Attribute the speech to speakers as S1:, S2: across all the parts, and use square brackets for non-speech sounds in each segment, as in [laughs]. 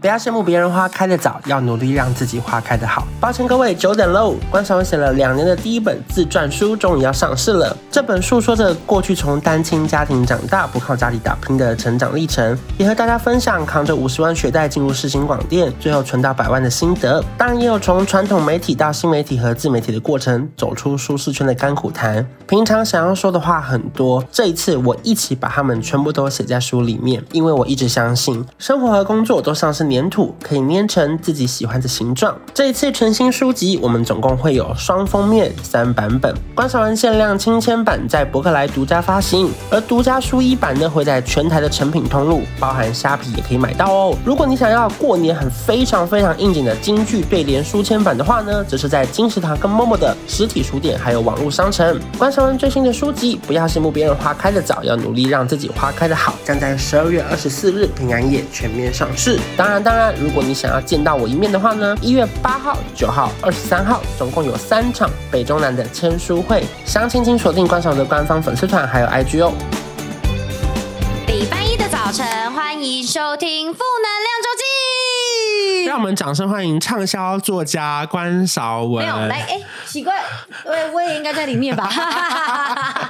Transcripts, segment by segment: S1: 不要羡慕别人花开的早，要努力让自己花开的好。抱歉各位，久等喽！关晓雯写了两年的第一本自传书终于要上市了。这本书说着过去从单亲家庭长大，不靠家里打拼的成长历程，也和大家分享扛着五十万学贷进入世新广电，最后存到百万的心得。当然也有从传统媒体到新媒体和自媒体的过程，走出舒适圈的甘苦谈。平常想要说的话很多，这一次我一起把它们全部都写在书里面，因为我一直相信生活和工作都像是粘土，可以粘成自己喜欢的形状。这一次全新书籍，我们总共会有双封面、三版本。观赏完限量亲签版在博客来独家发行，而独家书衣版呢会在全台的成品通路，包含虾皮也可以买到哦。如果你想要过年很非常非常应景的京剧对联书签版的话呢，这是在金石堂跟 MOMO 的实体书店还有网络商城。观赏完最新的书籍，不要羡慕别人花开的早，要努力让自己花开的好。将在十二月二十四日平安夜全面上市。当然，当然，如果你想要见到我一面的话呢，一月八号、九号、二十三号，总共有三场北中南的签书会，详情请锁定观赏的官方粉丝团还有 IG 哦。
S2: 礼拜一的早晨，欢迎收听《负能量周记》。
S1: 让我们掌声欢迎畅销作家关韶文。
S2: 没有来，哎、奇怪，我我也应该在里
S1: [laughs]
S2: 面吧？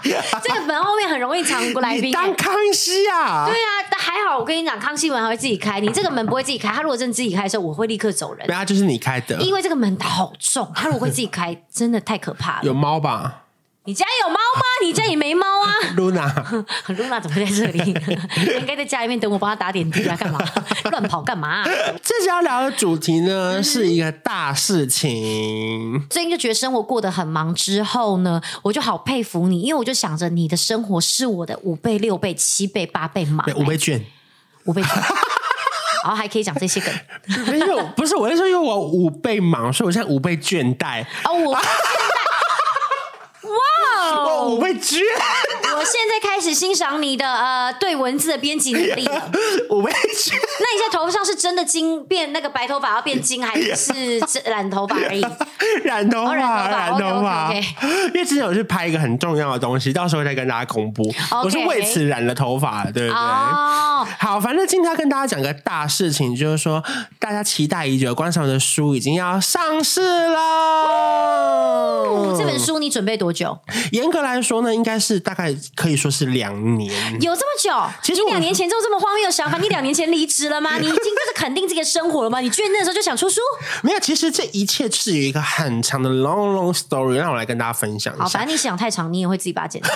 S2: 这个门后面很容易藏来
S1: 你
S2: 宾、
S1: 当
S2: 哎
S1: 康熙啊？
S2: 对啊，但还好，我跟你讲，康熙门还会自己开，你这个门不会自己开。他如果真的自己开的时候，我会立刻走人
S1: 没，有，啊就是你开的。
S2: 因为这个门好重。他如果会自己开，真的太可怕了。
S1: 有猫吧
S2: 你家有猫吗？你家也没猫啊。 [laughs]
S1: ，Luna？
S2: 露娜啊怎么会在这里？ [laughs] 应该在家里面等我帮他打点滴啊，干嘛？乱跑干嘛、
S1: 这次要聊的主题
S2: 嗯
S1: 呢，是一个大事情。
S2: 最近就觉得生活过得很忙，之后呢，我就好佩服你，因为我就想着你的生活是我的五倍、六倍、七倍、八倍忙、
S1: 对，
S2: 哎
S1: 五倍券，
S2: 五倍，然后还可以讲这些梗
S1: 因为我不是我是说，因为我五倍忙，所以我现在五倍倦怠，[laughs]
S2: 哦，我哇
S1: 我
S2: 哦！
S1: 五倍倦， [laughs]
S2: 我现在开始欣赏你的呃对文字的编辑能
S1: [laughs]
S2: 力了。
S1: 五倍倦。
S2: 那你现在头上是真的金变那个白头发要变金，还
S1: [laughs]
S2: 是是染头发而已？
S1: 染头
S2: 哦
S1: 发，染
S2: 染头发
S1: 头发
S2: OK，OK，OK
S1: 因为之前我去拍一个很重要的东西，到时候再跟大家公布。我是为此染了头发的，对不对？
S2: 哦，
S1: 好，反正今天要跟大家讲个大事情，就是说大家期待已久的观赏的书已经要上市了。
S2: 这本书你准备多久？
S1: 严格来说呢，应该是大概可以说是两年。
S2: 有这么久？
S1: 嗯其实
S2: 你
S1: 我
S2: 两年前就这么荒谬的想法，你两年前离职
S1: [laughs]
S2: 了吗？你已经就是肯定自己的生活了吗？你居然那时候就想出书？
S1: 没有，其实这一切是有一个很长的 long long story，让我来跟大家分享一下。
S2: 好，反正你想太长，你也会自己把它剪掉。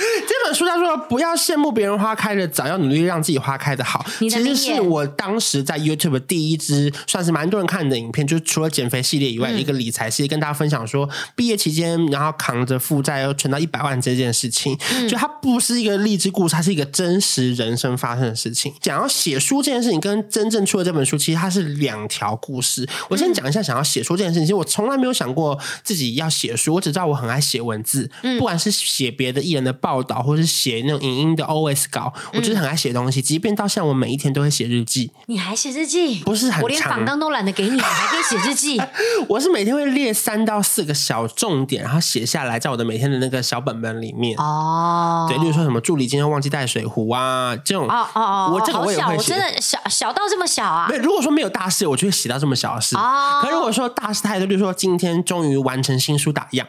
S1: 这本书他说不要羡慕别人花开的早，要努力让自己花开的好。
S2: 你的
S1: 其实
S2: 名
S1: 是
S2: 言
S1: 我当时在 YouTube 第一支算是蛮多人看的影片，就是除了减肥系列以外，
S2: 嗯
S1: 一个理财系列跟大家分享说，毕业期间然后扛着负债要存到一百万这件事情，
S2: 嗯
S1: 就它不是一个励志故事，它是一个真实人生发生的事情。想要写书这件事情跟真正出了这本书，其实它是两条故事。我
S2: 嗯
S1: 先讲一下想要写书这件事情，其实我从来没有想过自己要写书，我只知道我很爱写文字，
S2: 嗯
S1: 不管是写别的艺人的报道，或是写那种影音的 OS 稿，
S2: 嗯
S1: 我就是很爱写东西。即便到现在，我每一天都会写日记，
S2: 你还写日记？
S1: 不是很
S2: 我连
S1: 长
S2: 访纲都懒得给你，你还可以写
S1: [laughs]
S2: 日记？
S1: 我是每天会列三到四个小重点，然后写下来，在我的每天的那个小本本里面。
S2: 哦，
S1: 对，例如说什么助理今天忘记带水壶啊，这种
S2: 哦哦哦，
S1: 我这个
S2: 好
S1: 我也
S2: 小，
S1: 会
S2: 我
S1: 写
S2: 真。的小小到这么小啊
S1: 没！有，如果说没有大事，我就会写到这么小的事。
S2: 哦
S1: 可如果说大事太多，就是说今天终于完成新书打样。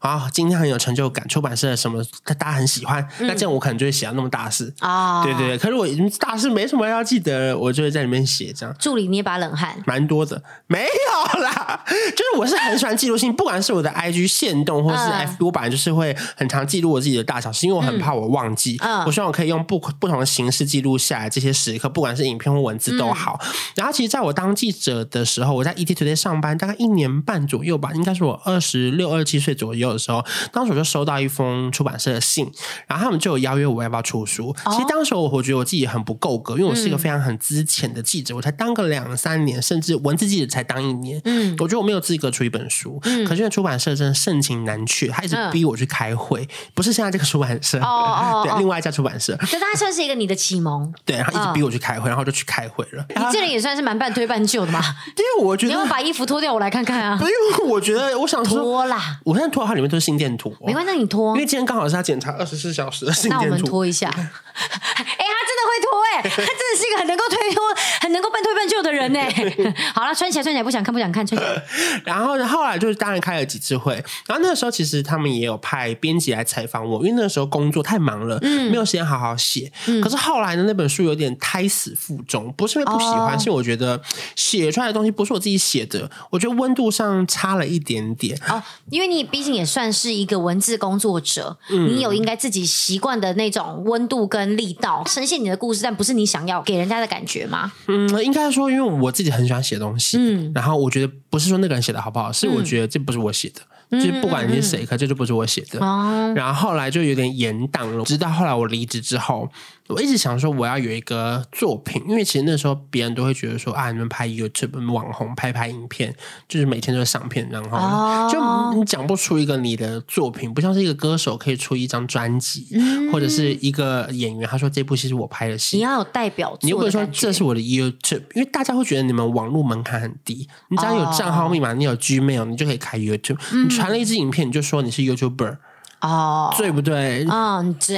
S1: 啊，今天很有成就感，出版社什么大家很喜欢，那这样我可能就会写到那么大事。
S2: 嗯哦，
S1: 对对，对，可是我已经大事没什么要记得，我就会在里面写这样。
S2: 助理捏把冷汗。
S1: 蛮多的，没有啦， [laughs] 就是我是很喜欢记录性，不管是我的 IG 限动或是
S2: 嗯
S1: FB，、我本来就是会很常记录我自己的大小事，因为我很怕我忘记，
S2: 嗯
S1: 我希望我可以用不不同的形式记录下来这些时刻，不管是影片或文字都好。
S2: 嗯
S1: 然后其实在我当记者的时候，我在 ET Today 上班大概一年半左右吧，应该是我二十六、二七岁左右的时候，当时我就收到一封出版社的信，然后他们就有邀约我要不要出书。
S2: 哦
S1: 其实当时我我觉得我自己很不够格，因为我
S2: 嗯
S1: 是一个非常很资浅的记者，我才当个两三年，甚至文字记者才当一年。
S2: 嗯
S1: 我觉得我没有资格出一本书。可是因为出版社真的盛情难却，他一直
S2: 嗯
S1: 逼我去开会，不是现在这个出版社，
S2: 哦哦
S1: [laughs] 对，
S2: 哦
S1: 另外一家出版社，
S2: 就它算是一个你的启蒙，
S1: 对，然后一直
S2: 嗯
S1: 逼我去开会，然后我就去开会了。
S2: 你这人也算是蛮半推半就
S1: [laughs]
S2: 的嘛。
S1: 因为我觉
S2: 你
S1: 得
S2: 要不要，把衣服脱掉，我来看看啊
S1: [laughs] 因。为我觉得，我想说，
S2: 脱啦，
S1: 我现在拖它里面都是心电图哦，
S2: 没关系，那你脱啊
S1: 因。为今天刚好是他检查二十四小时的心
S2: 那我
S1: [laughs] 电
S2: 们
S1: 图，
S2: 拖一下。哎、他真的会拖哎、他真真的是一个很能够推脱、很能够半推半就的人呢。
S1: [laughs]
S2: 好了，穿起来，穿起来，不想看，不想看，穿起来。
S1: 然后后来就是当然开了几次会，然后那个时候其实他们也有派编辑来采访我，因为那个时候工作太忙了，
S2: 嗯
S1: 没有时间好好写。可是后来呢，那本书有点胎死腹中，不是因为不喜欢，
S2: 哦
S1: 是我觉得写出来的东西不是我自己写的，我觉得温度上差了一点点。
S2: 哦，因为你毕竟也算是一个文字工作者，
S1: 嗯
S2: 你有应该自己习惯的那种温度跟力道，呈现你的故事，但不是你想要给人家的感觉吗？
S1: 嗯，应该说，因为我自己很喜欢写东西，
S2: 嗯
S1: 然后我觉得不是说那个人写的好不好，是我觉得这不是我写的。
S2: 嗯
S1: 就是不管你是谁，可这就不是我写的。
S2: 哦，
S1: 然后后来就有点延档了，直到后来我离职之后，我一直想说我要有一个作品，因为其实那时候别人都会觉得说啊，你们拍 YouTube 你们网红拍拍影片，就是每天都上片，然后、
S2: 哦
S1: 就你讲不出一个你的作品，不像是一个歌手可以出一张专辑，
S2: 嗯
S1: 或者是一个演员他说这部戏是我拍的
S2: 你
S1: 戏。
S2: 要有代表作。
S1: 你又不能说这
S2: 这
S1: 是我的 YouTube，因为大家会觉得你们网络门槛很低，你只要有
S2: 哦
S1: 账号密码，你有 Gmail，你就可以开 YouTube。你传了一支影片，你就说你是 YouTuber，
S2: 哦，
S1: 对不对？
S2: 嗯，对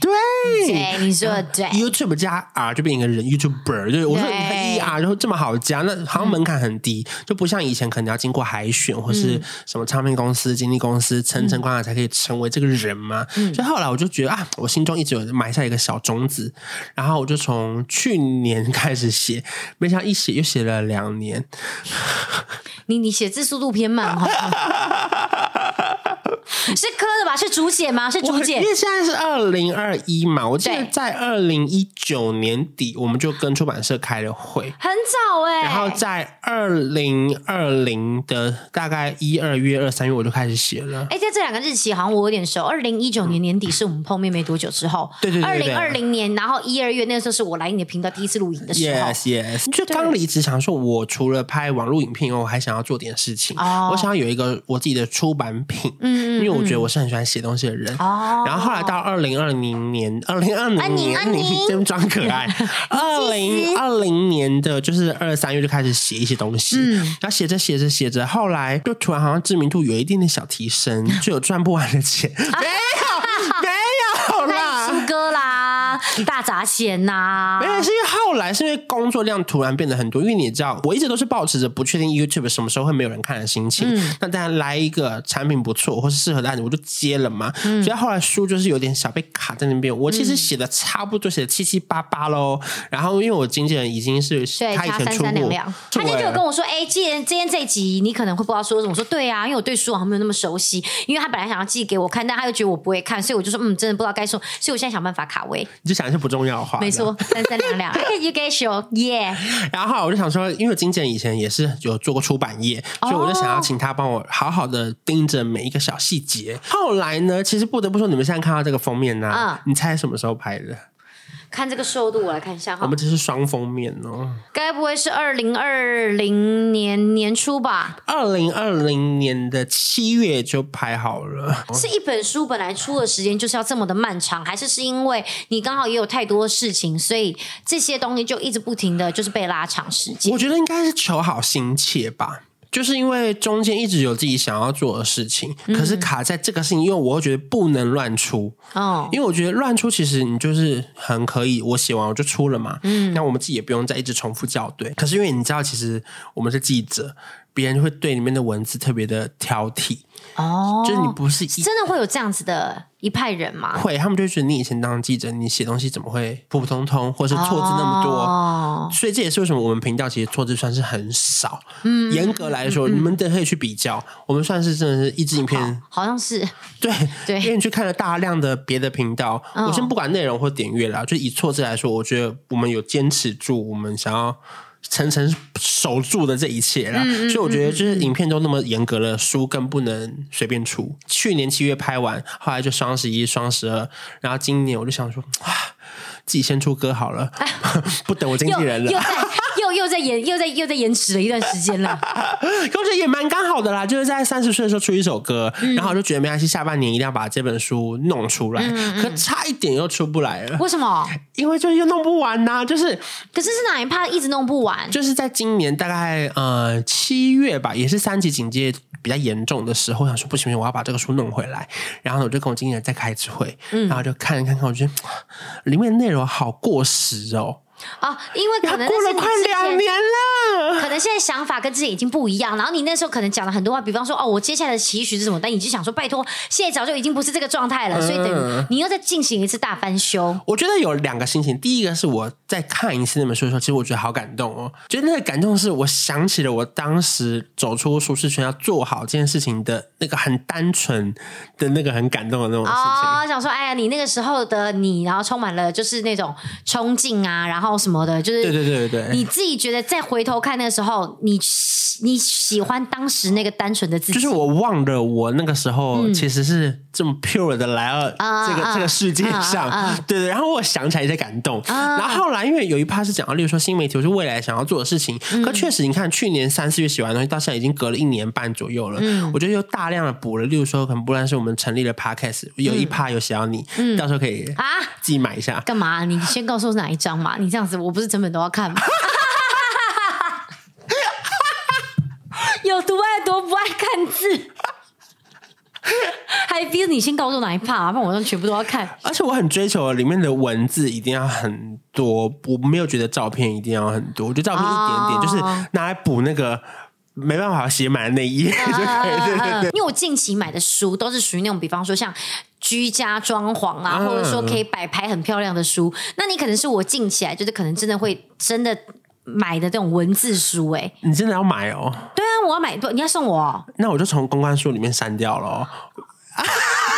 S1: 对。嗯
S2: 对，你说的对。
S1: YouTube 加 R 就变一个人 YouTuber，就是我说
S2: 对嗯
S1: 你看 ER 然后这么好加，那好像门槛很低，就不像以前可能要经过海选或是什么唱片公司、经纪公司层层关卡才可以成为这个人嘛。
S2: 嗯
S1: 所以后来我就觉得啊，我心中一直有埋下一个小种子，然后我就从去年开始写，没想到一写又写了两
S2: [laughs]
S1: 年，
S2: 你你写字速度偏慢哈，是科的吧？是竹简吗？是
S1: 我
S2: 竹简
S1: 因为现在是二零二一嘛，我记得
S2: 对
S1: 在二零一九年底我们就跟出版社开了会。
S2: 很早哎、
S1: 然后在二零二零的大概一二月、二三月，我就开始写了。
S2: 哎，在这两个日期好像我有点熟。二零一九年年底是我们碰面没多久之后，
S1: 嗯对对
S2: 二
S1: 对对对
S2: 零二零年，然后一二月那个时候是我来你的频道第一次录影的时候
S1: Yes, yes。就刚离职，想说我除了拍网络影片以外，我还想要做点事情。
S2: 哦
S1: 我想要有一个我自己的出版品，
S2: 嗯
S1: 因为我觉得我是很喜欢写东西的人。
S2: 哦
S1: 然后后来到二零二零年，二零二
S2: 安
S1: 零
S2: 宁
S1: 年， [laughs]
S2: 安宁
S1: 你真装可
S2: [laughs]
S1: 爱。二零二零年的就是二三月就开始写一些东西，
S2: 嗯
S1: 然后写着写着写着，后来就突然好像知名度有一点点小提升，就有赚不完的
S2: [laughs]
S1: 钱，没有没有啦，
S2: 苏哥啦，大闸蟹
S1: [laughs]
S2: 呐
S1: 没，有，是因为后来是因为工作量突然变得很多，因为你知道，我一直都是保持着不确定 YouTube 什么时候会没有人看的心情。
S2: 嗯
S1: 那当然来一个产品不错或是适合的案子，我就接了嘛。
S2: 嗯
S1: 所以后来书就是有点小被卡在那边。我其实写的差不多，写的七七八八喽。然后因为我经纪人已经是
S2: 对，
S1: 他以
S2: 差
S1: 前
S2: 三
S1: 出
S2: 三两
S1: 过，
S2: 两。他
S1: 对
S2: 那天就有跟我说：“哎，既然今天这一集你可能会不知道说什么。”我说：“对啊，因为我对书好像没有那么熟悉，因为他本来想要寄给我看，但他又觉得我不会看，所以我就说嗯，真的不知道该说，所以我现在想办法卡位。
S1: 你就想一些不重要的话，
S2: 没错，三三两两，OK，you get your yeah。
S1: 然后我就想说，因为金姐以前也是有做过出版业，
S2: 哦
S1: 所以我就想要请她帮我好好的盯着每一个小细节。后来呢，其实不得不说，你们现在看到这个封面呢、啊
S2: 嗯
S1: 你猜什么时候拍的？
S2: 看这个瘦度，我来看一下哈。
S1: 我们这是双封面哦，
S2: 该不会是二零二零年年初吧？
S1: 二零二零年的七月就拍好了。
S2: 是一本书本来出的时间就是要这么的漫长，还是是因为你刚好也有太多事情，所以这些东西就一直不停的就是被拉长时间？
S1: 我觉得应该是求好心切吧。就是因为中间一直有自己想要做的事情，可
S2: 嗯
S1: 是卡在这个事情，因为我会觉得不能乱出，
S2: 哦，
S1: 因为我觉得乱出，其实你就是很可以，我写完我就出了嘛。嗯，那我们自己也不用再一直重复校对。可是因为你知道，其实我们是记者，别人会对里面的文字特别的挑剔，
S2: 哦，
S1: 就是你不是一
S2: 真的会有这样子的一派人吗？
S1: 会，他们就会觉得你以前当记者，你写东西怎么会普普通通，或是错字那么多？
S2: 哦
S1: 所以这也是为什么我们频道其实错字算是很少。嗯，严格来说，你们都可以去比较，我们算是真的是一支影片
S2: 好像是
S1: [laughs] 对
S2: 对
S1: 因为你去看了大量的别的频道，
S2: 嗯
S1: 我先不管内容或点阅啦，就以错字来说，我觉得我们有坚持住我们想要层层守住的这一切
S2: 嗯
S1: 啦。所以我觉得就是影片都那么严格了，书更不能随便出。去年七月拍完，后来就双十一、双十二，然后今年我就想说，啊，自己先出歌好
S2: [laughs]
S1: 了，不等我经
S2: 又
S1: 纪人了
S2: 又。
S1: [laughs]
S2: 在又又在延又在又在延迟了一段时间了。
S1: 可我觉得也蛮刚好的啦，就是在三十岁的时候出一首歌，
S2: 嗯
S1: 然后我就觉得没关系，下半年一定要把这本书弄出来，
S2: 嗯
S1: 可差一点又出不来了，
S2: 为什么？
S1: 因为就是又弄不完呐、就是
S2: 可是是哪一派一直弄不完？
S1: 就是在今年大概呃七月吧，也是三级警戒比较严重的时候，我想说不行不行，我要把这个书弄回来，然后呢我就跟我
S2: 嗯
S1: 经纪人再开一次会，然后就看看看，我觉得里面的内容好过时哦。
S2: 哦，因为
S1: 他
S2: 可能
S1: 过
S2: 那
S1: 了
S2: 是你
S1: 快
S2: 之
S1: 两
S2: 前
S1: 年了。
S2: [laughs] 可能现在想法跟之前已经不一样，然后你那时候可能讲了很多话，比方说哦，我接下来的期许是什么？但你就想说，拜托，现在早就已经不是这个状态
S1: 嗯
S2: 了，所以等于你又再进行一次大翻修。
S1: 我觉得有两个心情，第一个是我在看一次那本书的时候，其实我觉得好感动哦，就是那个感动是我想起了我当时走出舒适圈要做好这件事情的那个很单纯的那个很感动的那种事情。
S2: 哦，想说，哎呀，你那个时候的你，然后充满了就是那种冲劲啊，然后什么的，就是
S1: 对对对对对，
S2: 你自己觉得再回头看那时候，你喜你喜欢当时那个单纯的自己，
S1: 就是我忘了我那个时候其实是这么 pure 的来到
S2: 嗯啊
S1: 这个、
S2: 啊
S1: 这个世界上，
S2: 啊啊啊
S1: 对对。然后我想起来一些感动，
S2: 啊
S1: 然后后来因为有一趴是讲到，例如说新媒体，就是未来想要做的事情。
S2: 嗯
S1: 可确实，你看去年三四月写完的东西，到现在已经隔了一年半左右了。
S2: 嗯
S1: 我觉得又大量的补了，例如说，可能不论是我们成立了 podcast，有一趴有写到你，到时候可以
S2: 嗯啊。
S1: 自己买一下。
S2: 干嘛？你先告诉我是哪一张嘛？你这样子，我不是整本都要看吗？ [laughs] 有多爱多不爱看字，还逼着你先告诉我哪一 part，、啊、不然我全部都要看。
S1: 而且我很追求里面的文字一定要很多，我没有觉得照片一定要很多，我觉得照片一点点，
S2: 哦
S1: 就是拿来补那个没办法写满的那一页就 [laughs] 可以。对对对。
S2: 啊因为我近期买的书都是属于那种，比方说像居家装潢啊，
S1: 嗯
S2: 或者说可以摆拍很漂亮的书。那你可能是我近期来，就是可能真的会真的买的这种文字书、欸。哎，
S1: 你真的要买哦？
S2: 对啊，我要买，不你要送我哦、
S1: 那我就从公关书里面删掉了、哦。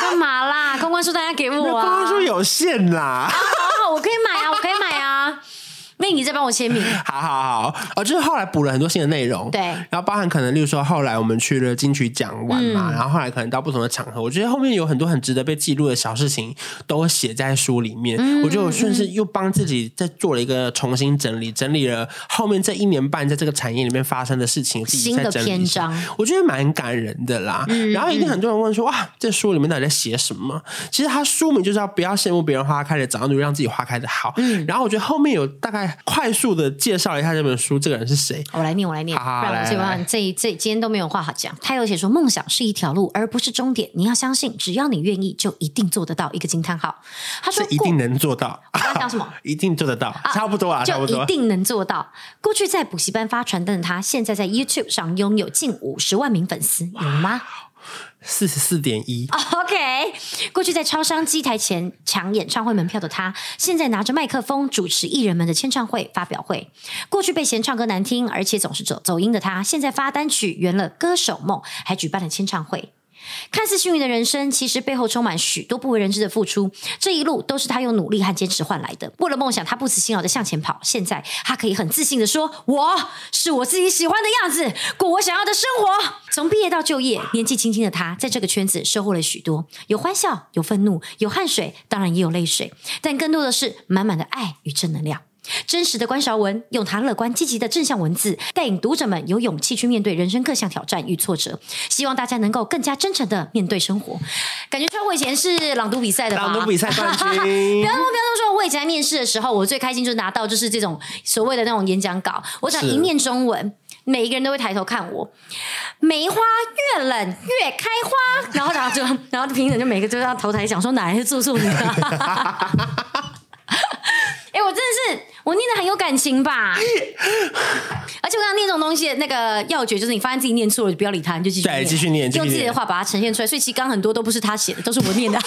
S2: 干嘛啦？公关书大家给
S1: 那
S2: 我
S1: 公
S2: 啊！
S1: 关书有限啦。 [laughs]
S2: 好好，我可以买啊，我可以买啊。 [laughs] 那你再帮我签名。
S1: 好好好，哦，就是后来补了很多新的内容，
S2: 对
S1: 然后包含可能，例如说后来我们去了金曲奖玩嘛，
S2: 嗯
S1: 然后后来可能到不同的场合，我觉得后面有很多很值得被记录的小事情都会写在书里面。
S2: 嗯
S1: 我觉得我顺势又帮自己再做了一个重新整理，整理了后面这一年半在这个产业里面发生的事情，我自己
S2: 新
S1: 再
S2: 的
S1: 整理一下
S2: 篇章嗯
S1: 我觉得蛮感人的啦。然后一定很多人问说，哇，这书里面到底在写什么？其实它书名就是要不要羡慕别人花开的早，努力让自己花开的好。
S2: 嗯
S1: 然后我觉得后面有大概快速的介绍了一下这本书，这个人是谁。
S2: 我哦来念，我来念，
S1: 好好
S2: 不然
S1: 来
S2: 我这
S1: 来
S2: 这一这今天都没有话好讲。他有写说，梦想是一条路，而不是终点。你要相信，只要你愿意，就一定做得到。一个惊叹号。他说
S1: 是一
S2: 过
S1: 定能做到，
S2: 我刚刚讲什么？
S1: [laughs] 一定做得到，差不多啊，差不
S2: 就一
S1: 多。
S2: 定能做到。过去在补习班发传单的他，现在在 YouTube 上拥有近五十万名粉丝，有吗？
S1: 四十四点一，
S2: [laughs] 哦 OK，过去在超商机台前抢演唱会门票的他，现在拿着麦克风主持艺人们的签唱会、发表会。过去被嫌唱歌难听，而且总是走走音的他，现在发单曲圆了歌手梦，还举办了签唱会。看似幸运的人生，其实背后充满许多不为人知的付出。这一路都是他用努力和坚持换来的。为了梦想，他不辞辛劳的向前跑。现在，他可以很自信的说：“我是我自己喜欢的样子，过我想要的生活。”从毕业到就业，年纪轻轻的他，在这个圈子收获了许多，有欢笑，有愤怒，有汗水，当然也有泪水，但更多的是满满的爱与正能量。真实的关韶文用他乐观积极的正向文字，带领读者们有勇气去面对人生各项挑战与挫折。希望大家能够更加真诚的面对生活。感觉像我以前是朗读比赛的吧？啊
S1: 朗读比赛冠
S2: [laughs] 不
S1: 军
S2: 要。这么不要这么说，我以前在面试的时候，我最开心就是拿到就是这种所谓的那种演讲稿，我只要
S1: 是
S2: 一念中文。每一个人都会抬头看我，梅花越冷越开花，然后然后就 [laughs] 然后评审就每个就要头抬想说哪来的住宿女啊？ [laughs] 哎、我真的是我念的很有感情吧？而且我刚刚念这种东西，那个要诀就是你发现自己念错了，就不要理它，你就继续
S1: 对继续念继续
S2: 用自己的
S1: 念
S2: 话把它呈现出来。所以其实刚刚很多都不是他写的，都是我念的。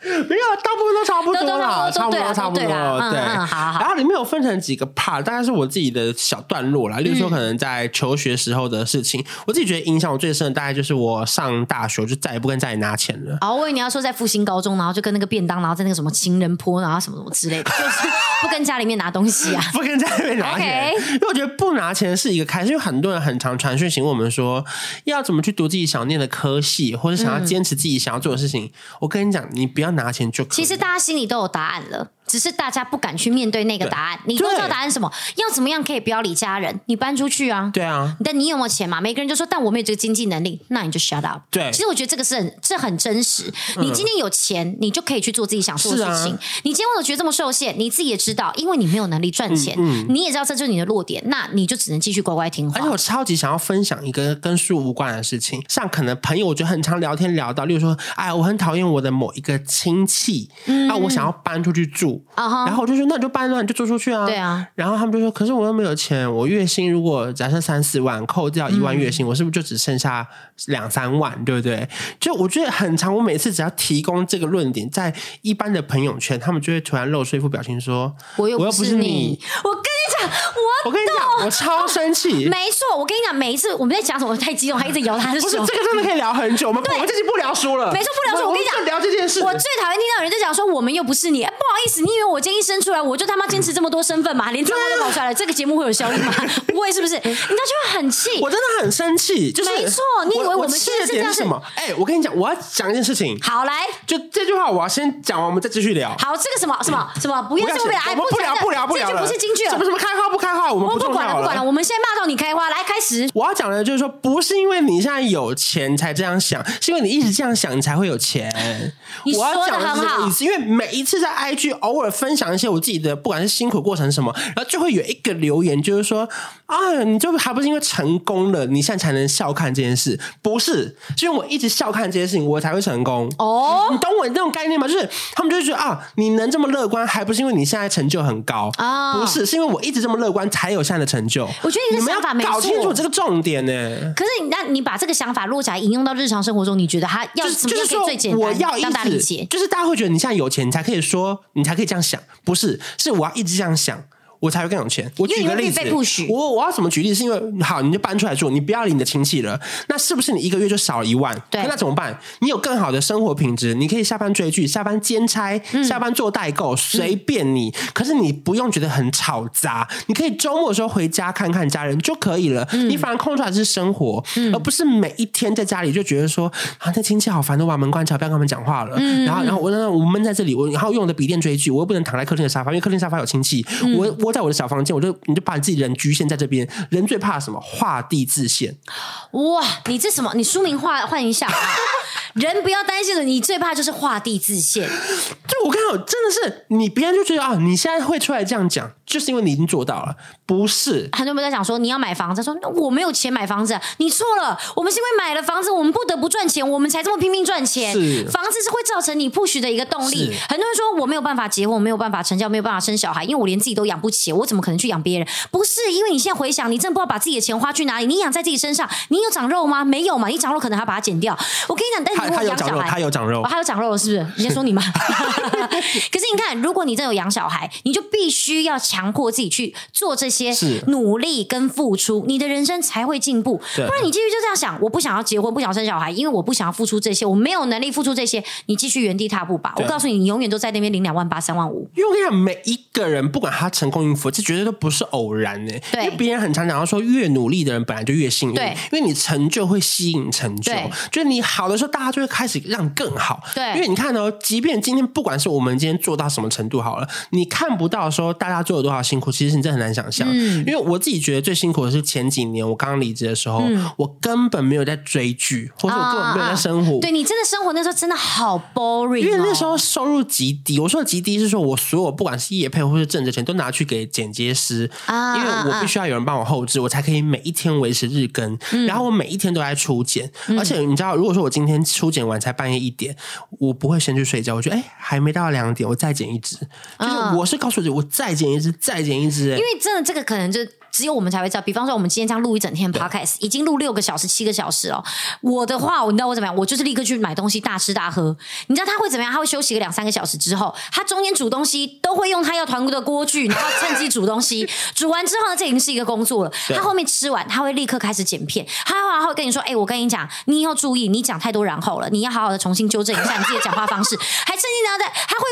S1: 没有，大部分都差不多啦，
S2: 都都
S1: 差不多，
S2: 都
S1: 差不
S2: 对
S1: 多，
S2: 啦都对啦嗯
S1: 对。
S2: 嗯好好
S1: 然后里面有分成几个 part，大概是我自己的小段落啦。例如说，可能在求学时候的事情，我自己觉得影响我最深的，大概就是我上大学，我就再也不跟家里拿钱 [laughs] 了。
S2: 哦，我以为你要说在复兴高中，然后就跟那个便当，然后在那个什么情人坡，然后什么什么之类的，就是不跟家里面拿东西啊。
S1: [laughs] 不跟家里面拿钱
S2: OK
S1: 因为我觉得不拿钱是一个开始，因为很多人很常传讯询我们说要怎么去读自己想念的科系，或者想
S2: 嗯
S1: 要坚持自己想要做的事情。我跟你讲，你不要拿钱就可以。
S2: 其实大家心里都有答案了，只是大家不敢去面对那个答案。你都知道答案是什么，要怎么样可以不要理家人？你搬出去啊。
S1: 对啊，
S2: 但你有没有钱嘛？每个人就说，但我没有这个经济能力，那你就 shut up。
S1: 对嗯
S2: 其实我觉得这个是很这很真实。你今天有钱，你就可以去做自己想做的事情。
S1: 是啊
S2: 你今天为什么觉得这么受限？你自己也知道，因为你没有能力赚钱，你也知道这就是你的弱点，那你就只能继续乖乖听
S1: 嗯
S2: 话。
S1: 而且我超级想要分享一个跟书无关的事情，像可能朋友，我觉得很常啊聊天聊到，例如说，哎，我很讨厌我的某一个亲戚，那、我想要搬出去住，住。
S2: 嗯啊哈，
S1: 然后我就说，那你就搬啊，你就租出去啊。
S2: 对啊，
S1: 然后他们就说，可是我又没有钱，我月薪如果假设三四万，扣掉一万月
S2: 嗯
S1: 薪，我是不是就只剩下两三万，对不对？就我觉得很长，我每次只要提供这个论点，在一般的朋友圈，他们就会突然露出一副表情说，
S2: 我又
S1: 我又
S2: 不
S1: 不
S2: 是
S1: 是
S2: 你
S1: 你，
S2: 我跟你讲，我
S1: 我跟你讲，我超生
S2: [laughs]
S1: 气。
S2: 没错，我跟你讲，每一次我们在讲什么，我太激动，还一直摇他的
S1: 不是
S2: 手
S1: 这。个真的可以聊很久，我们我们这期不聊书了，
S2: 没错不聊书我
S1: 我
S2: 跟你
S1: 们
S2: 讲
S1: 就聊这件事。
S2: 我最讨厌听到有人在讲说我们又不是你，哎不好意思，你以为我今天一生出来我就他妈坚持这么多身份嘛，连脏话都跑出来
S1: 啊
S2: 了，这个节目会有效
S1: [laughs]
S2: 益吗？不会是不是？你知道就会很气。
S1: 我真的很生气，就是
S2: 没错你以为
S1: 我
S2: 我们
S1: 气
S2: 现在
S1: 的
S2: 是
S1: 点
S2: 这样
S1: 是什
S2: 子
S1: 么？哎、我跟你讲，我要讲一件事情，
S2: 好来，
S1: 就这句话我要先讲完，我们再继续聊。
S2: 好这个什么什么什么，不要
S1: 不要
S2: 受不了，哎，
S1: 我们不聊
S2: 讲
S1: 不聊不
S2: 这
S1: 聊
S2: 就
S1: 了，
S2: 不是啊京剧了
S1: 什么，什么开花不开花，我们
S2: 我不
S1: 重
S2: 管
S1: 要
S2: 了不管了，我们现在骂到你开花，来开始。
S1: 我要讲的就是说，不是因为你现在有钱才这样想，是因为你一直这样想，你才会有钱。
S2: [laughs] 你
S1: 我要
S2: 说得
S1: 讲的是
S2: 很
S1: 这
S2: 好
S1: 个意思，因为每一次在 IG 偶尔分享一些我自己的，不管是辛苦过程什么，然后就会有一个留言，就是说啊，你就还不是因为成功了，你现在才能笑看这件事？不是，是因为我一直笑看这件事情，我才会成功。
S2: 哦，
S1: 你懂我那种概念吗？就是他们就会觉得啊，你能这么乐观，还不是因为你现在成就很高
S2: 啊
S1: 不是，是因为我一直这么乐观，才有现在的成就。
S2: 我觉得你的
S1: 们
S2: 想法没
S1: 要搞清
S2: 错
S1: 楚这个重点呢、
S2: 可是你那你把这个想法落脚引用到日常生活中，你觉得他要
S1: 就是
S2: 怎
S1: 就
S2: 么
S1: 是
S2: 样可
S1: 说
S2: 以最简，单，
S1: 我要一
S2: 让大家理
S1: 直
S2: 解？
S1: 就是大家会觉得你现在有钱，你才可以说，你才可以这样想，不是？是我要一直这样想。我才会更有钱。我
S2: 因为
S1: 举个
S2: 你会
S1: 例子
S2: 被被 push，
S1: 我我要怎么举例？是因为好，你就搬出来住，你不要理你的亲戚了。那是不是你一个月就少一万？
S2: 对
S1: 那怎么办？你有更好的生活品质，你可以下班追剧，下班兼差，下班做代购，随便你。可是你不用觉得很吵杂，你可以周末的时候回家看看家人就可以了。你反而空出来是生活，而不是每一天在家里就觉得说啊，那亲戚好烦，都把门关起来，不要跟他们讲话了。然后，然后我那我闷在这里，我然后用我的笔电追剧，我又不能躺在客厅的沙发，因为客厅沙发有亲戚。我窝在我的小房间，我就你就把你自己人局限在这边。人最怕什么？画地自限。
S2: 哇，你这什么？你书名换换一下
S1: [laughs]
S2: 啊。人不要担心了，你最怕就是画地自限。
S1: 就我看到真的是你，别人就觉得啊，你现在会出来这样讲，就是因为你已经做到了，不是？
S2: 很多人在讲说你要买房子，他说那我没有钱买房子，啊你错了。我们是因为买了房子，我们不得不赚钱，我们才这么拼命赚钱。
S1: 是
S2: 房子是会造成你 push 的一个动力。
S1: 是
S2: 很多人说我没有办法结婚，我没有办法成家，我没有办法生小孩，因为我连自己都养不起，我怎么可能去养别人？不是，因为你现在回想，你真的不知道把自己的钱花去哪里。你养在自己身上，你有长肉吗？没有嘛，你长肉可能还把它减掉。我跟你讲，但是
S1: 他
S2: 如果
S1: 他有
S2: 养小
S1: 长肉，
S2: 孩，
S1: 他有长肉
S2: 哦，，他有长肉了，是不是？你在说你
S1: [laughs]
S2: 吗？可是你看，如果你真有养小孩，你就必须要强迫自己去做这些
S1: 是
S2: 努力跟付出，你的人生才会进步。不
S1: 对
S2: 然你继续就这样想，我不想要结婚，不想生小孩，因为我不想要付出这些，我没有能力付出这些，你继续原地踏步吧。我
S1: 对
S2: 告诉你，你永远都在那边领两万八、三万五。
S1: 因为我跟你讲，每一个人不管他成功与否，这绝对都不是偶然的、
S2: 对
S1: 因为别人很常讲到说，越努力的人本来就越幸运。
S2: 对
S1: 因为你成就会吸引成就
S2: 对，
S1: 就是你好的时候，大家就会开始让你更好。
S2: 对
S1: 因为你看哦，即便今天不管是我们今天做到什么程度好了，你看不到说大家做了多少辛苦，其实你真的很难想象。
S2: 嗯
S1: 因为我自己觉得最辛苦的是前几年我刚离职的时候，
S2: 嗯
S1: 我根本没有在追剧，或者我根本没有在生活。
S2: 对你真的生活那时候真的好 boring，、哦、
S1: 哦因为那时候收入极低，我说的极低是说我所有不管是业配或是挣的钱都拿去给剪接师，
S2: 啊
S1: 因为我必须要有人帮我后置，我才可以每一天维持日更。
S2: 嗯
S1: 然后我每一天都在初剪，而且你知道，如果说我今天初剪完才半夜一点，我不会先去睡觉，我觉得哎、还没到两点，我再剪一支，就是我是告诉自己我再剪一支，再剪一支、哎
S2: 嗯因为真的这个可能就只有我们才会知道。比方说，我们今天这样录一整天 podcast，已经录六个小时、七个小时了。我的话，我你知道我怎么样？我就是立刻去买东西，大吃大喝。你知道他会怎么样？他会休息个两三个小时之后，他中间煮东西都会用他要团锅的锅具，然后趁机煮东西。煮完之后呢，这已经是一个工作了。
S1: 对
S2: 他后面吃完，他会立刻开始剪片。他然后会跟你说：“哎、我跟你讲，你以后注意，你讲太多然后了，你要好好的重新纠正一下你自己的讲话方式。”还甚至呢，他会。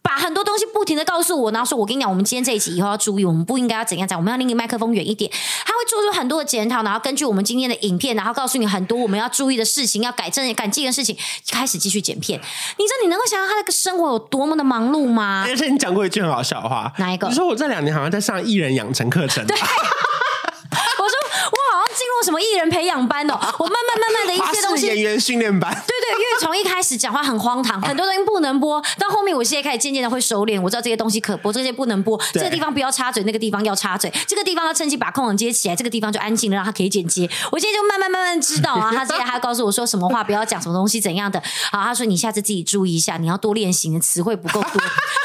S2: 把很多东西不停的告诉我，然后说：“我跟你讲，我们今天这一集以后要注意，我们不应该要怎样讲，我们要离你麦克风远一点。”他会做出很多的检讨，然后根据我们今天的影片，然后告诉你很多我们要注意的事情、要改正、改进的事情，开始继续剪片。你知道你能够想象他那个生活有多么的忙碌吗？
S1: 而且你哎讲过一句很好笑的话，
S2: 哪一个
S1: 你说我这两年好像在上艺人养成课程， [laughs] 对，
S2: 我说我好像进入什么艺人培养班哦，我慢慢慢慢的一些东
S1: 式
S2: 西
S1: 演员训练班。
S2: 对对，因为从一开始讲话很荒唐，很多东西不能播，到后面我现在开始渐渐的会收敛，我知道这些东西可播，这些不能播，这
S1: 对
S2: 个地方不要插嘴，那个地方要插嘴，这个地方要趁机把空档接起来，这个地方就安静的让他可以剪接。我现在就慢慢慢慢知道啊，他这些他告诉我说什么话不要讲什么东西怎样的，好，他说你下次自己注意一下，你要多练习，你的词汇不够多。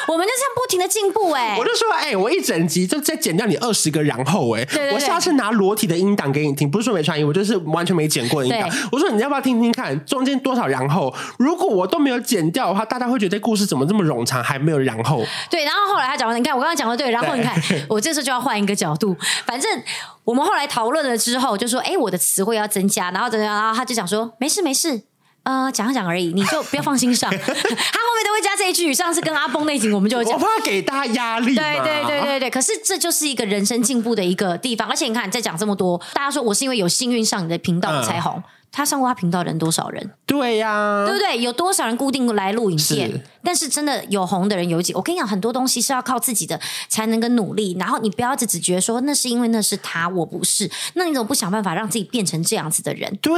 S2: 我们就这样不停的进步哎、
S1: 我就说，哎、我一整集就再减掉你二十个，然后哎、
S2: 对对
S1: 我下次拿裸体的音档给你听，不是说没穿衣服，我就是完全没剪过的音档
S2: 对。
S1: 我说你要不要听听看，中间多少然后？如果我都没有剪掉的话，大家会觉得故事怎么这么冗长，还没有然后？
S2: 对，然后后来他讲完，你看我刚刚讲的对，然后
S1: 对
S2: 你看我这时候就要换一个角度，反正我们后来讨论了之后，就说哎，我的词汇要增加，然后怎么样，然后他就讲说没事没事。呃，讲一讲而已，你就不要放心上。他后面都会加这一句。上次跟阿崩那集，我们就有讲
S1: 我，怕给大家压力嘛。
S2: 对对对对对，可是这就是一个人生进步的一个地方。而且你看，你在讲这么多，大家说我是因为有幸运上你的频道我才红。他上过他频道的人多少人，
S1: 对呀、
S2: 对不对？有多少人固定来录影片？
S1: 啊是
S2: 但是真的有红的人有几？我跟你讲，很多东西是要靠自己的才能跟努力。然后你不要只只觉得说那是因为那是他，我不是。那你怎么不想办法让自己变成这样子的人？
S1: 对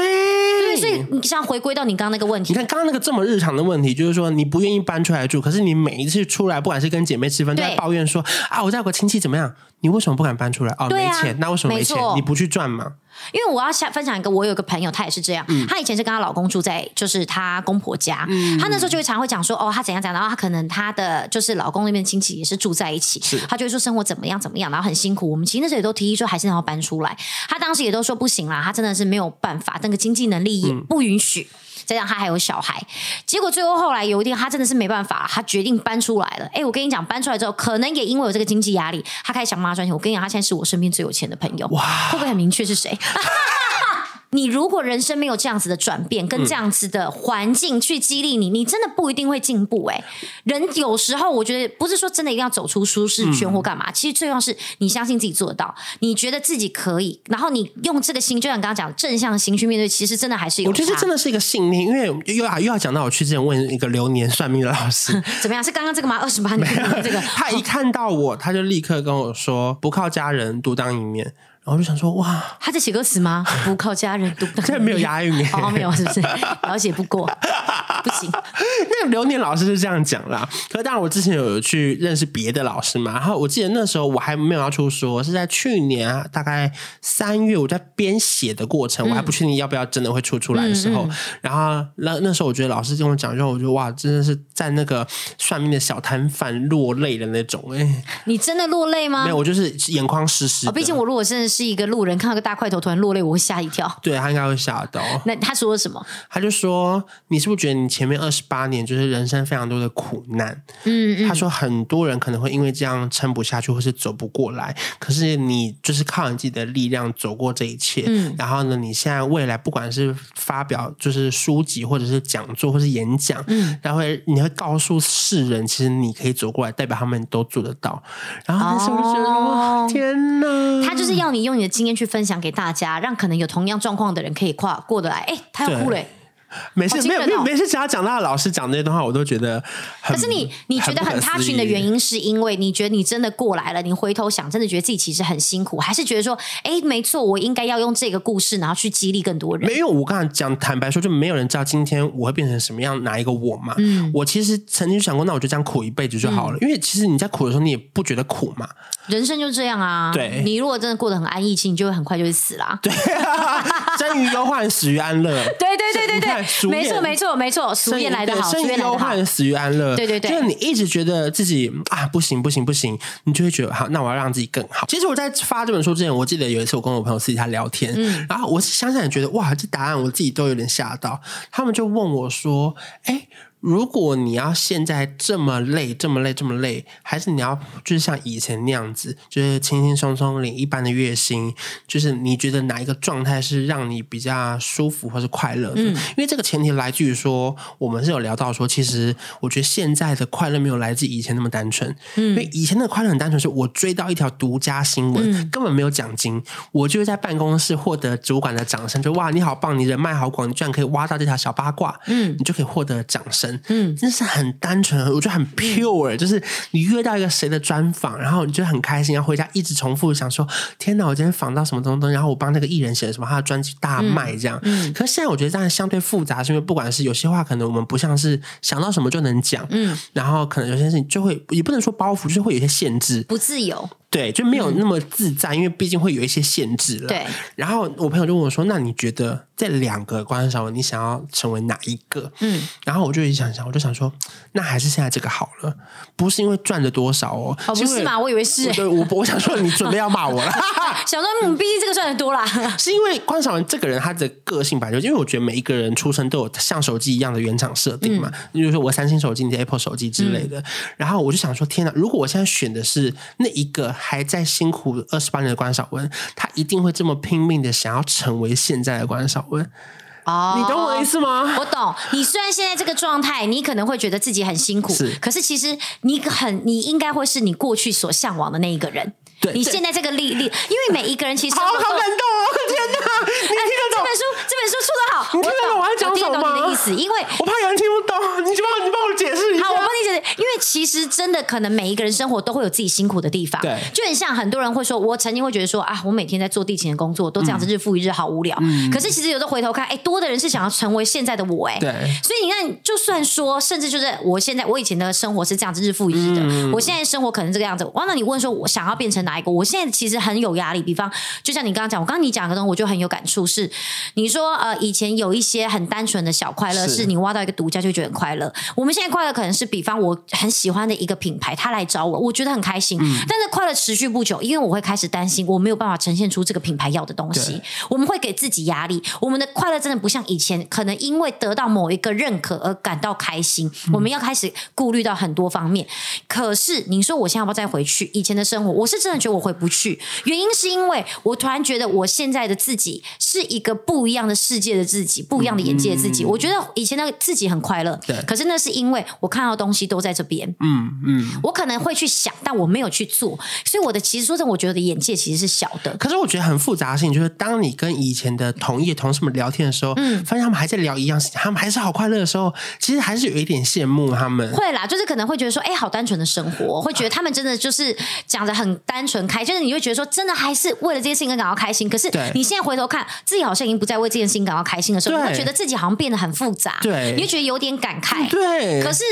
S2: 对，所以你想回归到你刚刚那个问题
S1: 你，看刚刚那个这么日常的问题，就是说你不愿意搬出来住，可是你每一次出来，不管是跟姐妹吃饭，都
S2: 对
S1: 在抱怨说啊，我家有个亲戚怎么样，你为什么不敢搬出来？哦，
S2: 对
S1: 没
S2: 啊
S1: 钱，那为什么没钱
S2: 没？错
S1: 你不去赚吗？
S2: 因为我要下分享一个，我有一个朋友，她也是这样。她以前是跟她老公住在就是她公婆家，她那时候就会常会讲说，哦，她怎样怎样，然后她可能她的就是老公那边亲戚也是住在一起
S1: 是，
S2: 她就会说生活怎么样怎么样，然后很辛苦。我们其实那时候也都提议说，还是要搬出来。她当时也都说不行啦，她真的是没有办法，那个经济能力也不允许。再让她还有小孩，结果最后后来有一天，她真的是没办法，她决定搬出来了。哎，我跟你讲，搬出来之后，可能也因为有这个经济压力，她开始想妈妈赚钱。我跟你讲，她现在是我身边最有钱的朋友，
S1: 哇
S2: 会不会很明确是谁？ [laughs] 你如果人生没有这样子的转变，
S1: 嗯
S2: 跟这样子的环境去激励你，你真的不一定会进步、欸。人有时候我觉得不是说真的一定要走出舒适
S1: 嗯
S2: 圈或干嘛，其实最重要是你相信自己做得到，你觉得自己可以，然后你用这个心，就像你刚刚讲的正向的心去面对，其实真的还是有
S1: 我觉得这
S2: 差
S1: 真的是一个信念，因为又要又要讲到我去之前问一个流年算命的老
S2: [laughs]
S1: 师，
S2: 怎么样？是刚刚这个吗？二十八年这个，
S1: 他一看到我，他就立刻跟我说不靠家人，独当一面。然后我就想说哇， [laughs]
S2: 他在写歌词吗？不靠家人，独
S1: 这没有押韵耶
S2: [laughs] 哦，没有，是不是？了解不过，不行。
S1: 那个流年老师是这样讲啦。可是当然，我之前有去认识别的老师嘛。然后我记得那时候我还没有要出书，是在去年啊大概三月，我在编写的过程，
S2: 嗯
S1: 我还不确定要不要真的会出出来的时候，然后那那时候我觉得老师跟我讲之后，我觉得哇，真的是在那个算命的小摊贩落泪的那种。哎、
S2: 你真的落泪吗
S1: 没？有，我就是眼眶湿湿的。
S2: 哦，毕竟我如果真的是一个路人，看到个大块头突然落泪，我会吓一跳。
S1: 对他应该会吓到。
S2: 那他说了什么？
S1: 他就说：“你是不是觉得你前面二十八年就是人生非常多的苦难？”
S2: 嗯，
S1: 他说很多人可能会因为这样撑不下去，或是走不过来。可是你就是靠你自己的力量走过这一切。
S2: 嗯
S1: 然后呢，你现在未来不管是发表就是书籍，或者是讲座，或是演讲，
S2: 嗯，
S1: 然后会你会告诉世人，其实你可以走过来，代表他们都做得到。然后那时候我就觉得，
S2: 哦
S1: 哇天哪！
S2: 他就是要你用你的经验去分享给大家，让可能有同样状况的人可以跨过得来。哎、他要哭了、哎
S1: 每次、
S2: 好惊
S1: 没有
S2: 人
S1: 没有
S2: 哦
S1: 每次只要讲到老师讲那段话，我都觉得很。
S2: 可是你你觉得很
S1: 不可思
S2: touching
S1: 议
S2: 的原因，是因为你觉得你真的过来了，你回头想，真的觉得自己其实很辛苦，还是觉得说，哎、没错，我应该要用这个故事，然后去激励更多人。
S1: 没有，我刚才讲，坦白说，就没有人知道今天我会变成什么样，哪一个我嘛。
S2: 嗯
S1: 我其实曾经想过，那我就这样苦一辈子就好了，因为其实你在苦的时候，你也不觉得苦
S2: [laughs]
S1: 嘛。
S2: 人生就这样啊。
S1: 对
S2: 你如果真的过得很安逸，其实你就会很快就会死啦。对
S1: 生于忧患，死于安乐。
S2: 对对对
S1: 你
S2: 对
S1: 看
S2: 对，
S1: 俗
S2: 没
S1: 谚
S2: 错没错没错，俗
S1: 生于
S2: 谚来得
S1: 对
S2: 好，俗
S1: 生于
S2: 谚来
S1: 忧
S2: 得好。
S1: 患，死于安乐。
S2: 对对对
S1: 就是你一直觉得自己啊不行不行不行，你就会觉得好，那我要让自己更好。其实我在发这本书之前，我记得有一次我跟我朋友私底下聊天，
S2: 嗯
S1: 然后我想想也觉得哇，这答案我自己都有点吓到。他们就问我说：“哎。”如果你要现在这么累、这么累、这么累，还是你要就是像以前那样子，就是轻轻松松领一般的月薪，就是你觉得哪一个状态是让你比较舒服或是快乐的？因为这个前提来自于说，我们是有聊到说，其实我觉得现在的快乐没有来自以前那么单纯，因为以前的快乐很单纯，是我追到一条独家新闻，根本没有奖金，我就会在办公室获得主管的掌声，就哇你好棒，你人脉好广，你居然可以挖到这条小八卦，
S2: 嗯
S1: 你就可以获得掌声，
S2: 嗯，
S1: 真是很单纯，我觉得很 pure，就是你约到一个谁的专访，然后你就很开心，然后回家一直重复想说，天哪，我今天访到什么东东，然后我帮那个艺人写了什么，他的专辑大
S2: 嗯
S1: 卖这样。可是现在我觉得这样相对复杂，是因为不管是有些话，可能我们不像是想到什么就能讲，
S2: 嗯，
S1: 然后可能有些事情就会也不能说包袱，就是会有一些限制，
S2: 不自由，
S1: 对，就没有
S2: 嗯
S1: 那么自在，因为毕竟会有一些限制了。
S2: 对。
S1: 然后我朋友就问我说：“那你觉得这两个关少文，你想要成为哪一个？”
S2: 嗯，
S1: 然后我就一想想，我就想说，那还是现在这个好了，不是因为赚了多少哦，
S2: 哦，不
S1: 因为
S2: 是嘛？我以为是、欸，
S1: 对，我我想说，你准备要骂
S2: [laughs]
S1: 我了， [laughs]
S2: 想说嗯，毕竟这个算的多啦。
S1: 是因为关晓雯这个人他的个性吧，就因为我觉得每一个人出生都有像手机一样的原厂设定
S2: 嗯
S1: 嘛，比如说我三星手机，你的 Apple 手机之类的。然后我就想说，天哪！如果我现在选的是那一个还在辛苦二十八年的关晓雯，她一定会这么拼命的想要成为现在的关晓雯。
S2: 哦，
S1: 你懂我的意思吗？
S2: [laughs] 我懂，你虽然现在这个状态，你可能会觉得自己很辛苦，
S1: 是
S2: 可是其实你很，你应该会是你过去所向往的那一个人。
S1: 对
S2: 你
S1: 对
S2: 现在这个历历，因为每一个人其实
S1: [laughs] 好好感动哦！天哪，你听得
S2: 这
S1: 懂
S2: 本？书，这本书出的好，
S1: 你听得懂我在讲
S2: 我
S1: 什
S2: 听
S1: 么
S2: 得
S1: 吗？
S2: 懂你的意思，因为
S1: 我怕有人听不懂，你就帮你帮我解释一下。
S2: 好，我帮你解释，因为其实真的可能每一个人生活都会有自己辛苦的地方，
S1: 对
S2: 就很像很多人会说，我曾经会觉得说啊，我每天在做地勤的工作，都这
S1: 嗯
S2: 样子日复一日，好无聊。可是其实有时候回头看，哎，多的人是想要成为现在的我，哎，
S1: 对
S2: 所以你看，就算说，甚至就是我现在我以前的生活是这样子日复一日的，我现在生活可能这个样子。哇，那你问说我想要变成哪一个？我现在其实很有压力。比方，就像你刚刚讲，我刚刚你讲的东西，我就很有感触是。你说呃，以前有一些很单纯的小快乐，
S1: 是
S2: 是你挖到一个独家就觉得很快乐。我们现在快乐可能是比方我很喜欢的一个品牌，他来找我，我觉得很开心。
S1: 嗯
S2: 但是快乐持续不久，因为我会开始担心我没有办法呈现出这个品牌要的东西
S1: 对，
S2: 我们会给自己压力。我们的快乐真的不像以前，可能因为得到某一个认可而感到开心。我们要开始顾虑到很多方面。可是你说我现在要不要再回去以前的生活？我是真的觉得我回不去，原因是因为我突然觉得我现在的自己是一个不一样的世界的自己，不一样的眼界的自己。我觉得以前那个自己很快乐
S1: 嗯对，
S2: 可是那是因为我看到的东西都在这边，
S1: 嗯嗯。
S2: 我可能会去想，但我没有去做，所以我的其实说真的，我觉得我的眼界其实是小的。
S1: 可是我觉得很复杂性，就是当你跟以前的同业同事们聊天的时候，
S2: 嗯
S1: 发现他们还在聊一样事情，他们还是好快乐的时候，其实还是有一点羡慕他们。
S2: 会啦，就是可能会觉得说，哎、好单纯的生
S1: 啊
S2: 活，会觉得他们真的就是讲的很单纯开，就是你会觉得说，真的还是为了这件事情而感到开心。可是
S1: 对
S2: 你现在回头看，自己好像已经不再为这件事情感到开心的时候，
S1: 对
S2: 你会觉得自己好像变得很复杂，
S1: 对
S2: 你会觉得有点感慨。
S1: 对，
S2: 可是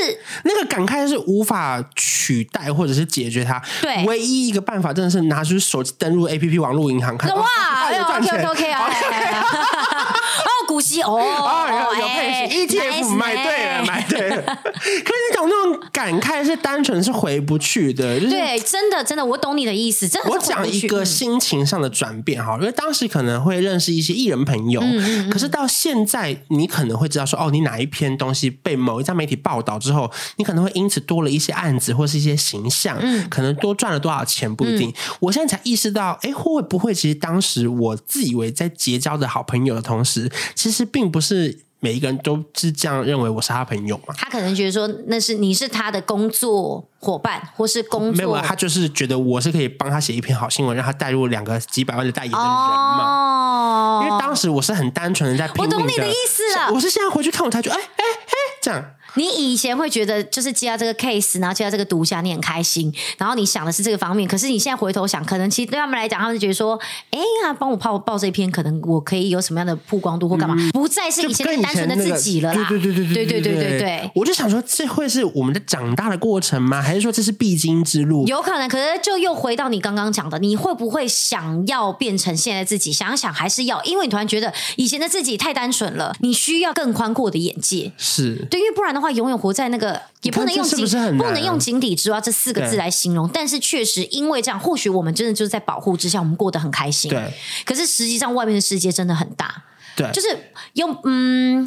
S1: 那个感慨是无法取代或者是解决它。
S2: 对
S1: 唯一一个办法真的是拿出手机登录 APP 网络银行看。
S2: 哇
S1: 哦，
S2: 哎
S1: 有
S2: 呦
S1: 赚
S2: ，OK
S1: 钱
S2: OK OK 啊，哎
S1: [laughs]
S2: 哎哎哦，股息哦，
S1: 哦，然后
S2: 哦
S1: 有配
S2: 哎
S1: 息 ETF
S2: nice 哎
S1: 买对了，
S2: 呢
S1: 买对了。 [laughs] 可是你懂那种感慨是单纯是回不去的，就是
S2: 对，真的真的，我懂你的意思，真的
S1: 我
S2: 是回
S1: 讲
S2: 不
S1: 一
S2: 去
S1: 个
S2: 嗯
S1: 心情上的转变哈，因为当时可能会认识一些艺人朋
S2: 嗯
S1: 友，可是到现在你可能会知道说，哦，你哪一篇东西被某一家媒体报道之后，你可能会因此多了一些案子或是一些形象，
S2: 嗯
S1: 可能多赚了多少钱不一定。我现在才意识到，哎，会不会其实当时我自以为在结交的好朋友的同时，其实并不是每一个人都是这样认为我是他朋友嘛。
S2: 他可能觉得说那是你是他的工作伙伴，或是工
S1: 没有
S2: 作
S1: 啊，他就是觉得我是可以帮他写一篇好新闻，让他带入两个几百万的代言的人嘛。
S2: 哦，
S1: 因为当时我是很单纯的在拼
S2: 我
S1: 命地
S2: 懂你的意思了
S1: 我是现在回去看我才觉得，哎哎哎，这样
S2: 你以前会觉得就是接到这个 case，然后接到这个独家，你很开心，然后你想的是这个方面，可是你现在回头想，可能其实对他们来讲，他们就觉得说，哎呀，帮我报报这篇，可能我可以有什么样的曝光度或干嘛，不再是
S1: 就
S2: 以前
S1: 跟以
S2: 单纯
S1: 前
S2: 的
S1: 那个
S2: 自己了啦。
S1: 对对对对
S2: 对
S1: 对
S2: 对对对
S1: 对
S2: 对。
S1: 我就想说，这会是我们的长大的过程吗？还是说这是必经之路？
S2: 有可能，可是就又回到你刚刚讲的，你会不会想要变成现在自己？想想还是要，因为你突然觉得以前的自己太单纯了，你需要更宽阔的眼界。
S1: 是
S2: 对，因为不然的话，永远活在那个也不能用
S1: 这是
S2: 井
S1: 不是很难啊
S2: 能用井底之蛙这四个字
S1: 对
S2: 来形容，但是确实因为这样，或许我们真的就是在保护之下，我们过得很开心。啊
S1: 对，哎
S2: 可是实际上外面的世界真的很大，
S1: 对，
S2: 就是用嗯。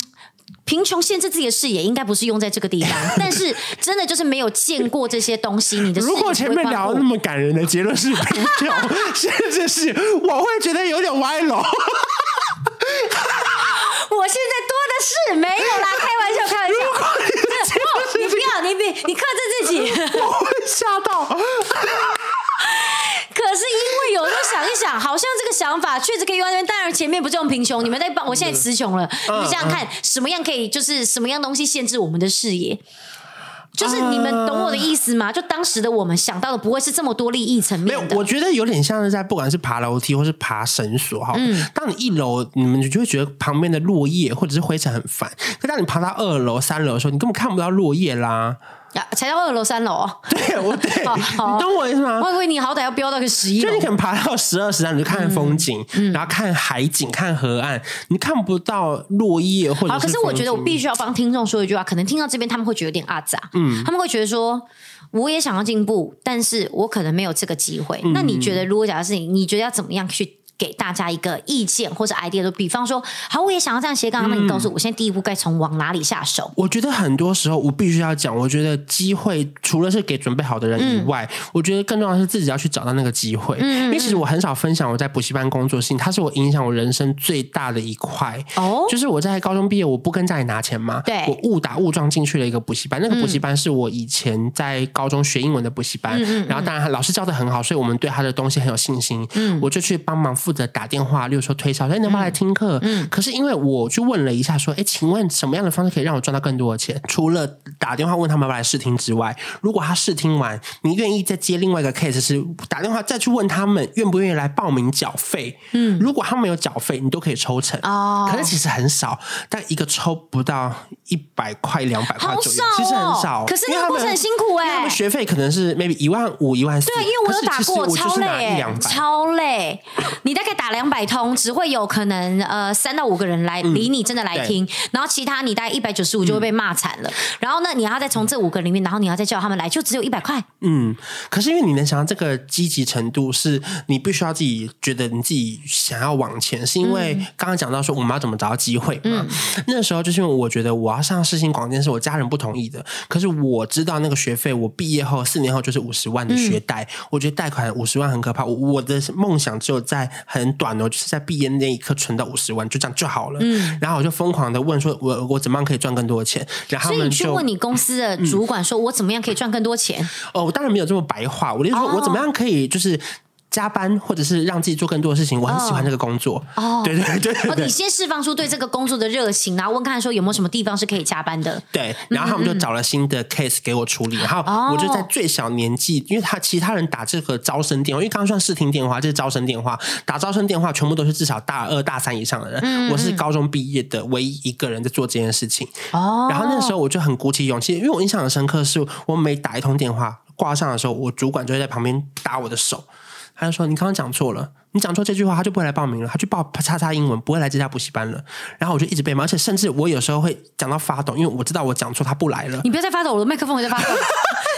S2: 贫穷限制自己的视野，应该不是用在这个地
S1: [laughs]
S2: 方，但是真的就是没有见过这些东西，你的视野
S1: 如果
S2: 不
S1: 前
S2: 会
S1: 面
S2: 宽
S1: 聊
S2: 阔
S1: 那么感人的结论是贫穷，甚至是我会觉得有点歪楼。
S2: 我现在多的是，没有啦，开玩笑，开玩
S1: [laughs]
S2: 笑。不， [laughs] 你不要，你别，你克制自己。
S1: 我会吓到，
S2: 可是因为有时候想一想，好像这个想法确实可以用在那边。当然，前面不是用贫穷，你们在帮我现在词穷了。
S1: 嗯
S2: 你们想想看，什么样可以，就是什么样东西限制我们的视野？就是你们懂我的意思吗？就当时的我们想到的不会是这么多利益层
S1: 没有
S2: 面，的。
S1: 我觉得有点像是在不管是爬楼梯或是爬绳索哈。
S2: 嗯
S1: 当你一楼，你们就会觉得旁边的落叶或者是灰尘很烦；可当你爬到二楼、三楼的时候，你根本看不到落叶啦。 [laughs]
S2: 啊才到二楼三楼哦，
S1: 对我对，
S2: 好好
S1: 你懂我意思吗？
S2: 我以为你好歹要飙到个十一
S1: 就
S2: 楼
S1: 你可，能爬到十二、十三，你就看风景，
S2: 嗯
S1: 然后看海景、看河岸，你看不到落叶或者
S2: 好，可是我觉得我
S1: 风景
S2: 必须要帮听众说一句话，可能听到这边他们会觉得有点阿杂，嗯，他们会觉得说。我也想要进步，但是我可能没有这个机会。
S1: 嗯
S2: 那你觉得，如果假设你，你觉得要怎么样去给大家一个意见或者 idea？就比方说，好，我也想要这样斜杠，那你告诉我，现在第一步该从往哪里下手？
S1: 我觉得很多时候我必须要讲，我觉得机会除了是给准备好的人以外，我觉得更重要的是自己要去找到那个机会。因为其实我很少分享我在补习班工作的事情，它是我影响我人生最大的一块。
S2: 哦，
S1: 就是我在高中毕业，我不跟家里拿钱嘛，
S2: 对嗯
S1: 我误打误撞进去了一个补习班。那个补习班是我以前在高中学英文的补习
S2: 嗯
S1: 班，然后当然老师教的很好，所以我们对他的东西很有信心。
S2: 嗯
S1: 我就去帮忙负责打电话，例如说推销，哎，你要不要来听课？
S2: 嗯
S1: 可是因为我去问了一下，说，哎，请问什么样的方式可以让我赚到更多的钱？除了打电话问他们要不要来试听之外，如果他试听完，你愿意再接另外一个 case 是打电话再去问他们愿不愿意来报名缴费？嗯，如果他们有缴费，你都可以抽成
S2: 哦
S1: 可是其实很少，但一个抽不到一百块、两百块
S2: 好
S1: 左右
S2: 少，
S1: 其实
S2: 哦
S1: 很少。
S2: 可是那
S1: 因为他
S2: 个过
S1: 们
S2: 程很辛苦
S1: 因为他
S2: 哎、
S1: 们学费可能是 maybe 一万五、一万四，
S2: 对，啊因为我有打
S1: 可是其实
S2: 过，
S1: 我就
S2: 超
S1: 是
S2: 累
S1: 拿一
S2: 哎、
S1: 两百。
S2: 超累。你大概打两百通，只会有可能呃三到五个人来理你真的来
S1: 嗯
S2: 听，然后其他你大概一百九十五就会被骂惨了。然后呢，你还要再从这五个里面，然后你要再叫他们来，就只有一百块。
S1: 嗯，可是因为你能想到这个积极程度，是你必须要自己觉得你自己想要往前，是因为
S2: 嗯
S1: 刚刚讲到说我们要怎么找到机会嘛。那时候就是因为我觉得我要上世新广电是我家人不同意的，可是我知道那个学费，我毕业后四年后就是五十
S2: 嗯
S1: 万的学贷，我觉得贷款五十万很可怕。我我的梦想只有在很短哦，就是在毕业那一刻存到五十万，就这样就好了。
S2: 嗯
S1: 然后我就疯狂的问说我，我怎么样可以赚更多的钱？然后他
S2: 所以
S1: 们
S2: 你去
S1: 就
S2: 问你公司的主管说，我怎么样可以赚更多钱？
S1: 哦，我当然没有这么白话，我就说
S2: 哦
S1: 我怎么样可以就是。加班，或者是让自己做更多的事情，我很喜欢这个工作。
S2: 哦
S1: 对对对对
S2: 哦，你
S1: 对
S2: 先释放出对这个工作的热情，然后问看说有没有什么地方是可以加班的。
S1: 对。然后他们
S2: 嗯
S1: 就找了新的 case 给我处理，然
S2: 哦
S1: 后我就在最小年纪，因为他其他人打这个招生电话，因为刚刚算试听电话，这是招生电话，打招生电话全部都是至少大二大三以上的人。
S2: 嗯
S1: 我是高中毕业的唯一一个人在做这件事情。
S2: 哦，
S1: 然后那时候我就很鼓起勇气，因为我印象很深刻，是我每打一通电话挂上的时候，我主管就会在旁边打我的手，他就说：“你刚刚讲错了，你讲错这句话，他就不会来报名了，他去报叉叉英文，不会来这家补习班了。”然后我就一直被骂，而且甚至我有时候会讲到发抖，因为我知道我讲错，他不来了。
S2: 你不要再发抖，我的麦克风
S1: [laughs]
S2: 也在发抖。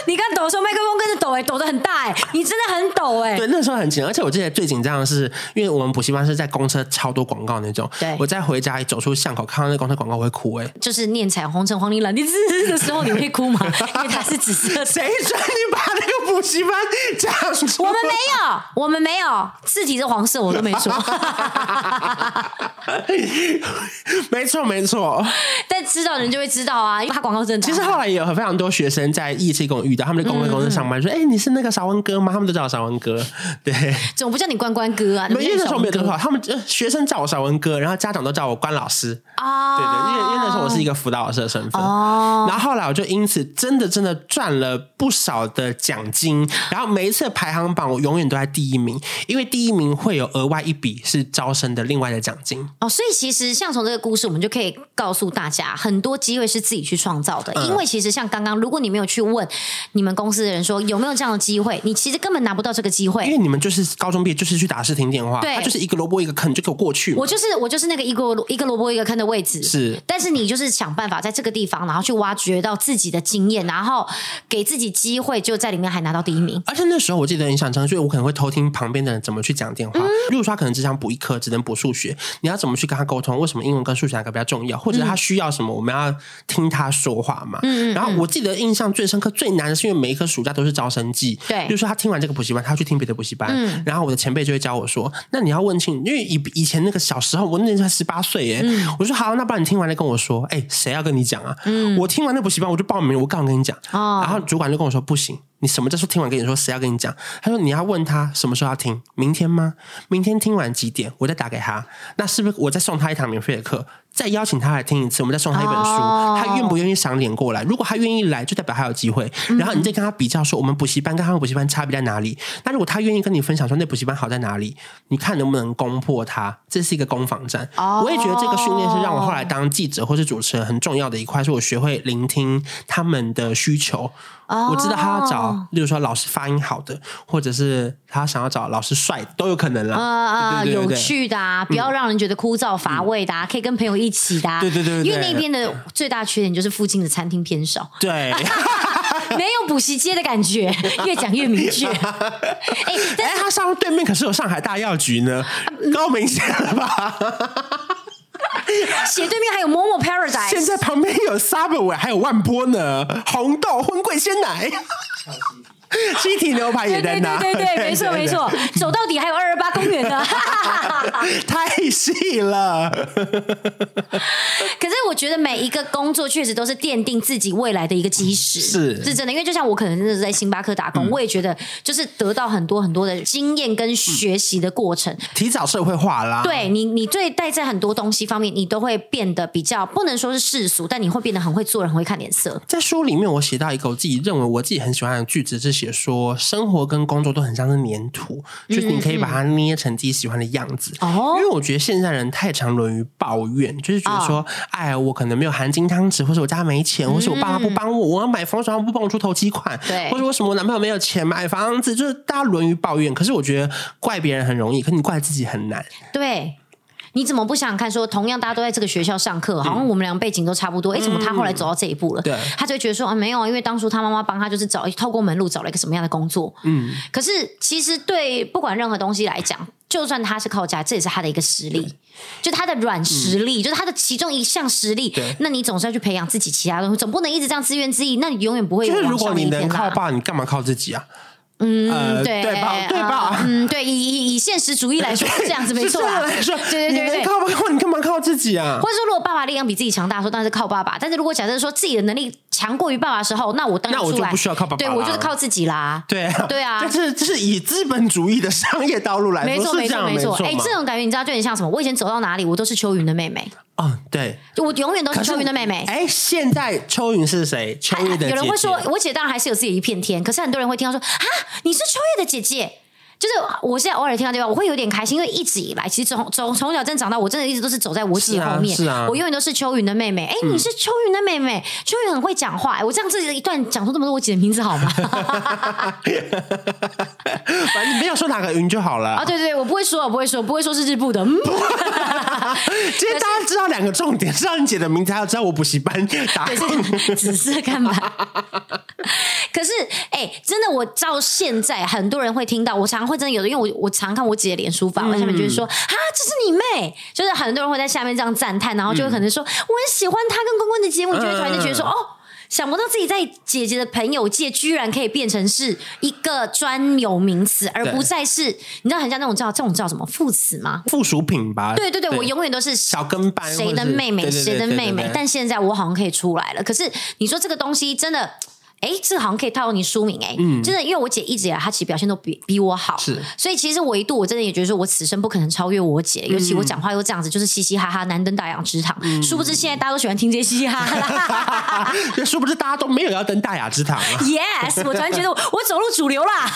S2: 你刚抖的时候，麦克风跟着抖、哎，抖的很大、哎，你真的很抖、哎。
S1: 对，那时候很紧，而且我记得最紧张的是，因为我们补习班是在公车超多广告那种，
S2: 对
S1: 我在回家走出巷口看到那公车广告我会哭哎、欸
S2: 就是念彩虹橙黄鹂蓝，你滋的时候你会哭吗？ [laughs] 因为它是紫色的。
S1: 谁准你把那个补习班讲出
S2: [laughs] 我
S1: 来？
S2: 们没有，我们没有，字体是黄色，我都没 [laughs] 说。
S1: [laughs] 没错，没错。
S2: 但知道的人就会知道啊，因为它广告真的
S1: 其
S2: 打
S1: 实后来也有非常多学生在业界跟我遇到，他们在公关公司上班，说：“哎、你是那个少文哥吗？”他们都叫我少文哥。对，
S2: 怎么不叫你关关哥啊？
S1: 没因为那时候没有
S2: 叫
S1: 多
S2: 你
S1: 少，他们呃学生叫我少文哥，然后家长都叫我关老师。
S2: 啊？
S1: 对对，因为因为那时候我是一个辅导老师的身份。
S2: 哦，
S1: 然后后来我就因此真的真的赚了不少的奖金，然后每一次排行榜我永远都在第一名，因为第一名会有额外一笔是招生的另外的奖金。
S2: 哦，所以其实像从这个故事，我们就可以告诉大家，很多机会是自己去创造的。因为其实像刚刚，如果你没有去问你们公司的人说有没有这样的机会，你其实根本拿不到这个机
S1: 因
S2: 会。
S1: 为你们就是高中毕业，就是去打视听电话，
S2: 对
S1: 他就是一个萝卜一个坑，就给我过去嘛。
S2: 我就是我就是那个一个一个萝卜一个坑的位置，
S1: 是
S2: 但是你就是想办法在这个地方，然后去挖掘到自己的经验，然后给自己机会，就在里面还拿到第一名。
S1: 而且那时候我记得很想深，所以我可能会偷听旁边的人怎么去讲电
S2: 嗯
S1: 话。例如说，他可能只想补一科，只能补数学，你要怎么去跟他沟通？为什么英文跟数学哪个比较重要？或者
S2: 嗯
S1: 他需要什么，我们要听他说话嘛？然
S2: 嗯
S1: 后我记得印象最深刻、最难的是，因为每一个暑假都是招生季，
S2: 对
S1: 例如说他听完这个补习班，他要去听别的补习班，
S2: 嗯
S1: 然后我的前辈就会教我说：“那你要问清，因为以以前那个小时候，我那年才十八岁耶。
S2: 嗯
S1: 我说：“好，那不然你听完了跟我说，哎，谁要跟你讲啊？我听完那补习班，我就报名了，我刚好跟你讲。
S2: 嗯哦
S1: 然后主管就跟我说：“不行，你什么叫做听完跟你说？谁要跟你讲？”他说：“你要问他什么时候要听，明天吗？明天听完几点？我再打给他。那是不是我再送他一堂免费的课？再邀请他来听一次，我们再送他一本书，
S2: 哦
S1: 他愿不愿意赏脸过来？如果他愿意来，就代表他有机会。
S2: 嗯
S1: 然后你再跟他比较说，我们补习班跟他们补习班差别在哪里？那如果他愿意跟你分享说那补习班好在哪里，你看能不能攻破他？这是一个攻防战。
S2: 哦
S1: 我也觉得这个训练是让我后来当记者或是主持人很重要的一块，是我学会聆听他们的需求。
S2: 哦
S1: 我知道他要找，例如说老师发音好的，或者是他想要找老师帅的，都有可能啦。
S2: 呃呃
S1: 对对对
S2: 有
S1: 对
S2: 趣的啊，不要让人觉得枯燥乏味的啊，可以跟朋友一起的啊。
S1: 对对对对对
S2: 因为那边的最大缺点就是附近的餐厅
S1: [laughs]
S2: 偏少，
S1: 对，哎
S2: 没有补习街的感觉，越讲越
S1: [laughs]
S2: 明确。哎，但
S1: 哎，他上对面可是有上海大药局呢，
S2: 嗯
S1: 够明显了吧？
S2: 斜对面还有 Momo Paradise，
S1: 现在旁边有 Subway，还有万波呢，红豆、荤桂鲜
S2: [laughs]
S1: 奶，西提牛排也在那，
S2: 对对
S1: [laughs]
S2: 对对，没错没错，走到底还有二二八公园呢。 [laughs]
S1: 对，太细了，
S2: 可是我觉得每一个工作确实都是奠定自己未来的一个基石，
S1: 是嗯
S2: 是真的。因为就像我可能真的是在星巴克打工，我也觉得就是得到很多很多的经验跟学习的过程。
S1: 提早社会化啦，
S2: 对你，你对待在很多东西方面，你都会变得比较不能说是世俗，但你会变得很会做人，很会看脸色。
S1: 在书里面，我写到一个我自己认为我自己很喜欢的句子，是写说生活跟工作都很像是粘土，就是你
S2: 嗯
S1: 可以把它捏成自己喜欢的样子。
S2: 哦
S1: 因为我觉得现在人太常沦于抱怨，就是觉得
S2: 哦
S1: 说，哎，我可能没有含金汤匙，或者我家没钱，或是我爸妈不帮我，我要买房，他不帮我出头期款，
S2: 嗯对
S1: 或者为什么我男朋友没有钱买房子，就是大家沦于抱怨。可是我觉得怪别人很容易，可你怪自己很难。
S2: 对。你怎么不想想看说，同样大家都在这个学校上课，好像我们俩背景都差不多，哎、怎么他后来走到这一步
S1: 嗯
S2: 了？
S1: 对
S2: 他就会觉得说啊，没有，啊，因为当初他妈妈帮他就是找透过门路找了一个什么样的工作。嗯，可是其实对不管任何东西来讲，就算他是靠家，这也是他的一个实力，就他的软实力，就是他的其中一项实力
S1: 嗯对。
S2: 那你总是要去培养自己其他东西，总不能一直这样自怨自艾，那你永远不会有
S1: 就是
S2: 往
S1: 如果
S2: 上的
S1: 你
S2: 一
S1: 能
S2: 天
S1: 靠
S2: 啦。
S1: 爸，你干嘛靠自己啊？
S2: 嗯，
S1: 呃
S2: 对，
S1: 对吧
S2: 呃
S1: 对 [laughs] 吧
S2: 嗯，对，以以以现实主义来
S1: [laughs]
S2: 说是这样子，没
S1: 是
S2: 错
S1: 这
S2: 啦。
S1: 样来说，
S2: 对对对
S1: 你
S2: 对
S1: 能。靠不靠？你干嘛靠自己啊
S2: 或？者说，如果爸爸力量比自己强大的时候，当然是靠爸爸；但是如果假设说自己的能力强过于爸爸的时候，那我当然
S1: 那我就
S2: 出来
S1: 不需要靠爸爸
S2: 对
S1: 啦
S2: 我就是靠自己啦。
S1: 对啊，
S2: 对啊
S1: 就是 [laughs] 就是以资本主义的商业道路来
S2: 没
S1: 说，
S2: 错，
S1: 是
S2: 没
S1: 这
S2: 错，
S1: 样
S2: 没错。哎
S1: 哎，，
S2: 这种感觉你知道就很像什么？我以前走到哪里，我都是秋云的妹妹，
S1: 哦，对，
S2: 就我永远都是
S1: 可是
S2: 秋云的妹妹。
S1: 哎，现在秋云是谁？秋
S2: 哎
S1: 月的姐姐嗯
S2: 有人会说，我姐当然还是有自己的一片天，可是很多人会听到说啊，你是秋叶的姐姐。就是我现在偶尔听到这个，我会有点开心，因为一直以来，其实从从从小真长到，我真的一直都是走在我姐
S1: 是啊
S2: 后面，
S1: 是啊嗯
S2: 我永远都是秋云的妹妹。哎、你是秋云的妹妹，秋云很会讲话、哎我这样子一段讲出这么多我姐的名字好吗？ [laughs]
S1: 反正没有说哪个云就好
S2: 啊，
S1: 了。
S2: 对对对，我不会说，我不会说，不会说是日部的。嗯，
S1: 今天大家知道两个重点，知道你姐的名字，还要知道我补习班打工。
S2: 对，是紫色看板。 [laughs] 可是，哎、真的，我到现在很多人会听到，我常会真的有的，因为我我常看我姐的脸书吧，我在下面就会说、啊，这是你妹，就是很多人会在下面这样赞叹，然后就会可能说、我很喜欢她跟关关的节目，就会突然就觉得说、
S1: 嗯
S2: 哦。想不到自己在姐姐的朋友界居然可以变成是一个专有名词，而
S1: 对
S2: 不再是你知道很像那种叫这种叫什么副词吗？
S1: 附属品吧？
S2: 对对对，我永远都是
S1: 小跟班，
S2: 谁的妹妹，谁的
S1: [laughs]
S2: 妹妹。但现在我好像可以出来了。可是你说这个东西真的。哎，这好像可以套用你书名哎，真的，因为我姐一直以来她其实表现都比比我好，
S1: 嗯是
S2: 所以其实我一度我真的也觉得说我此生不可能超越我
S1: 嗯
S2: 姐，尤其我讲话又这样子，就是嘻嘻哈哈，难登大雅之堂。殊不知现在大家都喜欢听这些嘻嘻哈
S1: [laughs]
S2: 哈
S1: 但哎殊不知大家都没有要登大雅之堂
S2: [laughs]
S1: 啊。
S2: ，yes，我突然觉得我我走入主
S1: [laughs]
S2: 流啦，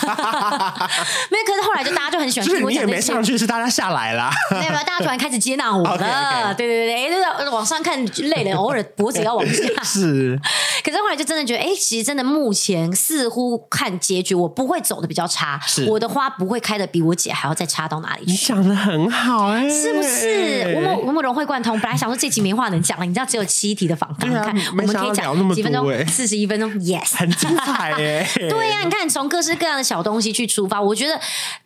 S2: 没有，可是后来就大家就很喜欢
S1: 就是
S2: 听我
S1: 你
S2: 讲
S1: 也
S2: 这
S1: 没
S2: 些
S1: 上去，是大家下来
S2: [laughs]
S1: 啦。
S2: 没有没有，大家突然开始接纳我了。
S1: [laughs] OK，OK
S2: 对对对，哎，就是往上看累了，偶尔脖子也要往下。
S1: 是，
S2: [laughs] 可是后来就真的觉得，哎、其实真的目前似乎看结局，我不会走的比较差
S1: 是，
S2: 我的花不会开的比我姐还要再差到哪里
S1: 你
S2: 去。
S1: 想的很好哎，
S2: 是不是？我们我们融会贯通。本来想说这集没话能讲了，你知道只有七题的访谈，
S1: 对啊
S2: 你看我
S1: 没
S2: 们
S1: 想到
S2: 可以
S1: 聊那么多
S2: 讲几分钟，
S1: 欸
S2: 四十一分钟，yes。
S1: 很精彩哎。
S2: [laughs] 对啊呀、你看从各式各样的小东西去出发，我觉得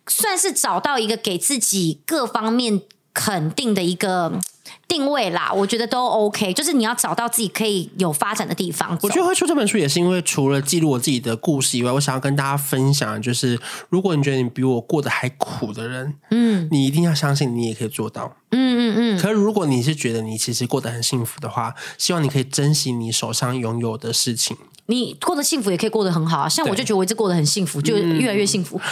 S2: 算是找到一个给自己各方面肯定的一个嗯定位啦。我觉得都 OK，就是你要找到自己可以有发展的地方走。
S1: 我觉得会出这本书也是因为，除了记录我自己的故事以外，我想要跟大家分享，就是如果你觉得你比我过得还苦的人，嗯，你一定要相信你也可以做到。
S2: 嗯嗯嗯，
S1: 可是如果你是觉得你其实过得很幸福的话，希望你可以珍惜你手上拥有的事情。
S2: 你过得幸福也可以过得很好啊。像我就觉得我一直过得很幸福，就越来越幸福。 [laughs]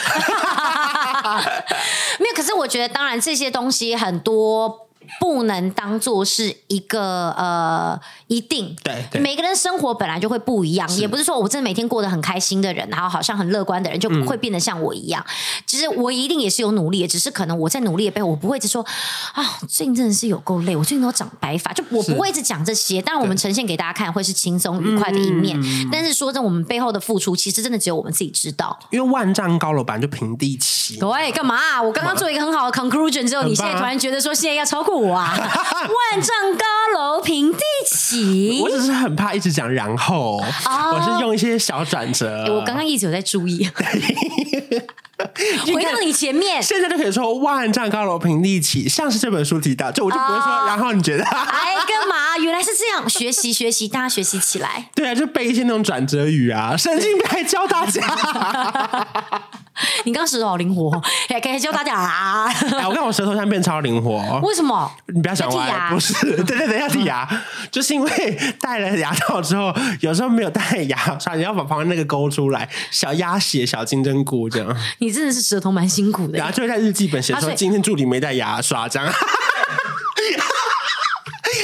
S2: 没有，可是我觉得，当然这些东西很多。不能当做是一个呃一定。
S1: 对对
S2: 每个人生活本来就会不一样，也不是说我真的每天过得很开心的人，然后好像很乐观的人就会变得像我一样。其实我一定也是有努力的，只是可能我在努力的背后，我不会一直说啊，最近真的是有够累，我最近都长白发，就我不会一直讲这些。当然，我们呈现给大家看会是轻松愉快的一面，但是说真的，我们背后的付出，其实真的只有我们自己知道。
S1: 因为万丈高楼本来就平地起，
S2: 喂，干嘛、我刚刚做一个很好的 conclusion 之后，你现在突然觉得说现在要超过我啊？万丈高楼平地起
S1: 我。只是很怕一直讲然后，我是用一些小转折。
S2: 哦诶我刚刚一直有在注
S1: 呃
S2: 意，回到你前面。
S1: 现在就可以说万丈高楼平地起，像是这本书提到，就我就不会说。
S2: 哦
S1: 然后你觉得？
S2: 哎，干嘛？原来是这样，学习学习，大家学习起来。
S1: 对啊，就背一些那种转折语啊，神经病还教大家。
S2: 你刚刚舌头好灵活，哎，可以教大家啊？
S1: [laughs] 哎，我看我舌头现在变超灵活，哦
S2: 为什么？
S1: 你不要想
S2: 要剔
S1: 歪，
S2: 牙
S1: 不是，对对对，要剔牙，就是因为戴了牙套之后，有时候没有戴牙刷，你要把旁边那个勾出来，小鸭血、小金针菇这样，
S2: 你真的是舌头蛮辛苦的
S1: 然。后就会在日记本写
S2: 啊
S1: 说
S2: 所以
S1: 今天助理没带牙刷这样。 [laughs]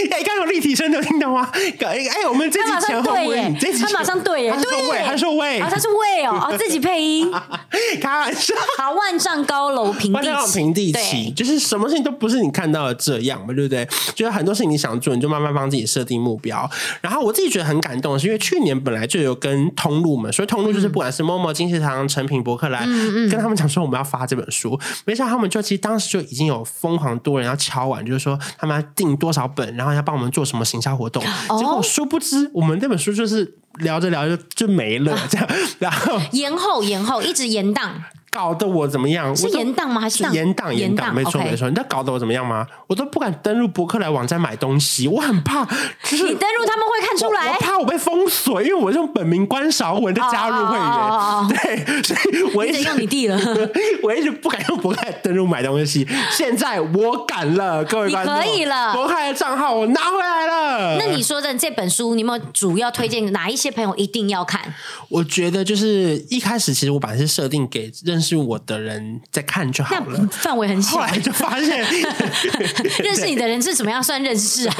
S1: 哎，刚刚有立体声，你有听到吗？哎哎，我们这
S2: 他马
S1: 集前
S2: 上
S1: 后 [laughs]
S2: 对
S1: 喂，
S2: 耶
S1: 你这，集
S2: 他
S1: 前
S2: 马上对耶，
S1: 他说喂，
S2: 对，
S1: 他说喂
S2: 啊，，他是喂哦，哦，自己配音。
S1: [laughs] 开玩笑。
S2: 好，万丈高楼平
S1: 万
S2: 地
S1: 丈
S2: 起，
S1: 平地起，
S2: 对
S1: 就是什么事情都不是你看到的这样嘛，对不对？就是很多事情你想做，你就慢慢帮自己设定目标。然后我自己觉得很感动，是因为去年本来就有跟通路们，所以通路
S2: 嗯
S1: 就是不管是某某金石堂、成品、博客来，跟他们讲说我们要发这本书，没想到他们就其实当时就已经有疯狂多人要敲碗，就是说他们要订多少本，然后要帮我们做什么行销活动。
S2: 哦
S1: 结果殊不知，我们那本书就是聊着聊着就没了，这
S2: [laughs]
S1: 样，然后
S2: 延后延后，一直延档，
S1: 搞得我怎么样？
S2: 是
S1: 我都
S2: 延档吗？还是
S1: 是严档严档，没错没。
S2: OK
S1: 错。你知道搞得我怎么样吗？我都不敢登录博客来网站买东西，我很怕，就是
S2: 你登入他们会看出
S1: 我我
S2: 来，
S1: 怕我被封锁，因为我用本名关少文在加入会
S2: 哦哦哦哦哦
S1: 员，对，所以我一
S2: 你得
S1: 直
S2: 用你弟了，
S1: [laughs] 我一直不敢用博客来登录买东西。现在我敢了，各位
S2: 你
S1: 观众，
S2: 可以了
S1: 博客来的账号我拿回来了。
S2: [laughs] 那你说的这本书，你有没有主要推荐哪一些朋友一定要看？
S1: 我觉得就是一开始其实我本来是设定给认识我的人在看就好
S2: 那
S1: 了。
S2: 范围很
S1: 后
S2: 小
S1: 来，就发现
S2: [laughs] 认识你的人是怎么样算认识
S1: [laughs]
S2: 啊？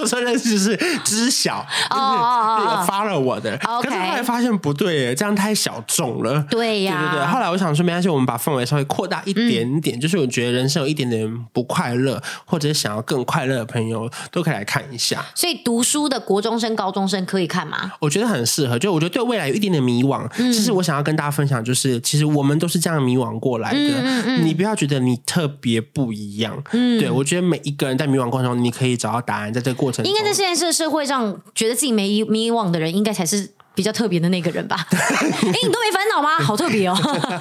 S1: 我说认识是知晓，就
S2: 哦哦
S1: 是
S2: 哦
S1: 有发了我的。
S2: OK
S1: 可是后来发现不对耶，这样太小众了。
S2: 对呀
S1: 对对对。后来我想说，没关系，我们把氛围稍微扩大一点
S2: 嗯
S1: 点，就是我觉得人生有一点点不快乐，或者想要更快乐的朋友都可以来看一下。
S2: 所以读书的国中生、高中生可以看吗？
S1: 我觉得很适合，就我觉得对未来有一点点迷惘。
S2: 嗯
S1: 其实我想要跟大家分享，就是其实我们都是这样迷惘过来的。
S2: 嗯
S1: 你不要觉得你特别不一样。
S2: 嗯
S1: 对我觉得每一个人在迷惘过程中，你可以找到答案，在这个过程中
S2: 应该在现在这个社会上，觉得自己没迷惘的人，应该才是比较特别的那个人
S1: [laughs]
S2: 吧？哎、你都没烦恼吗？好特别哦， [laughs]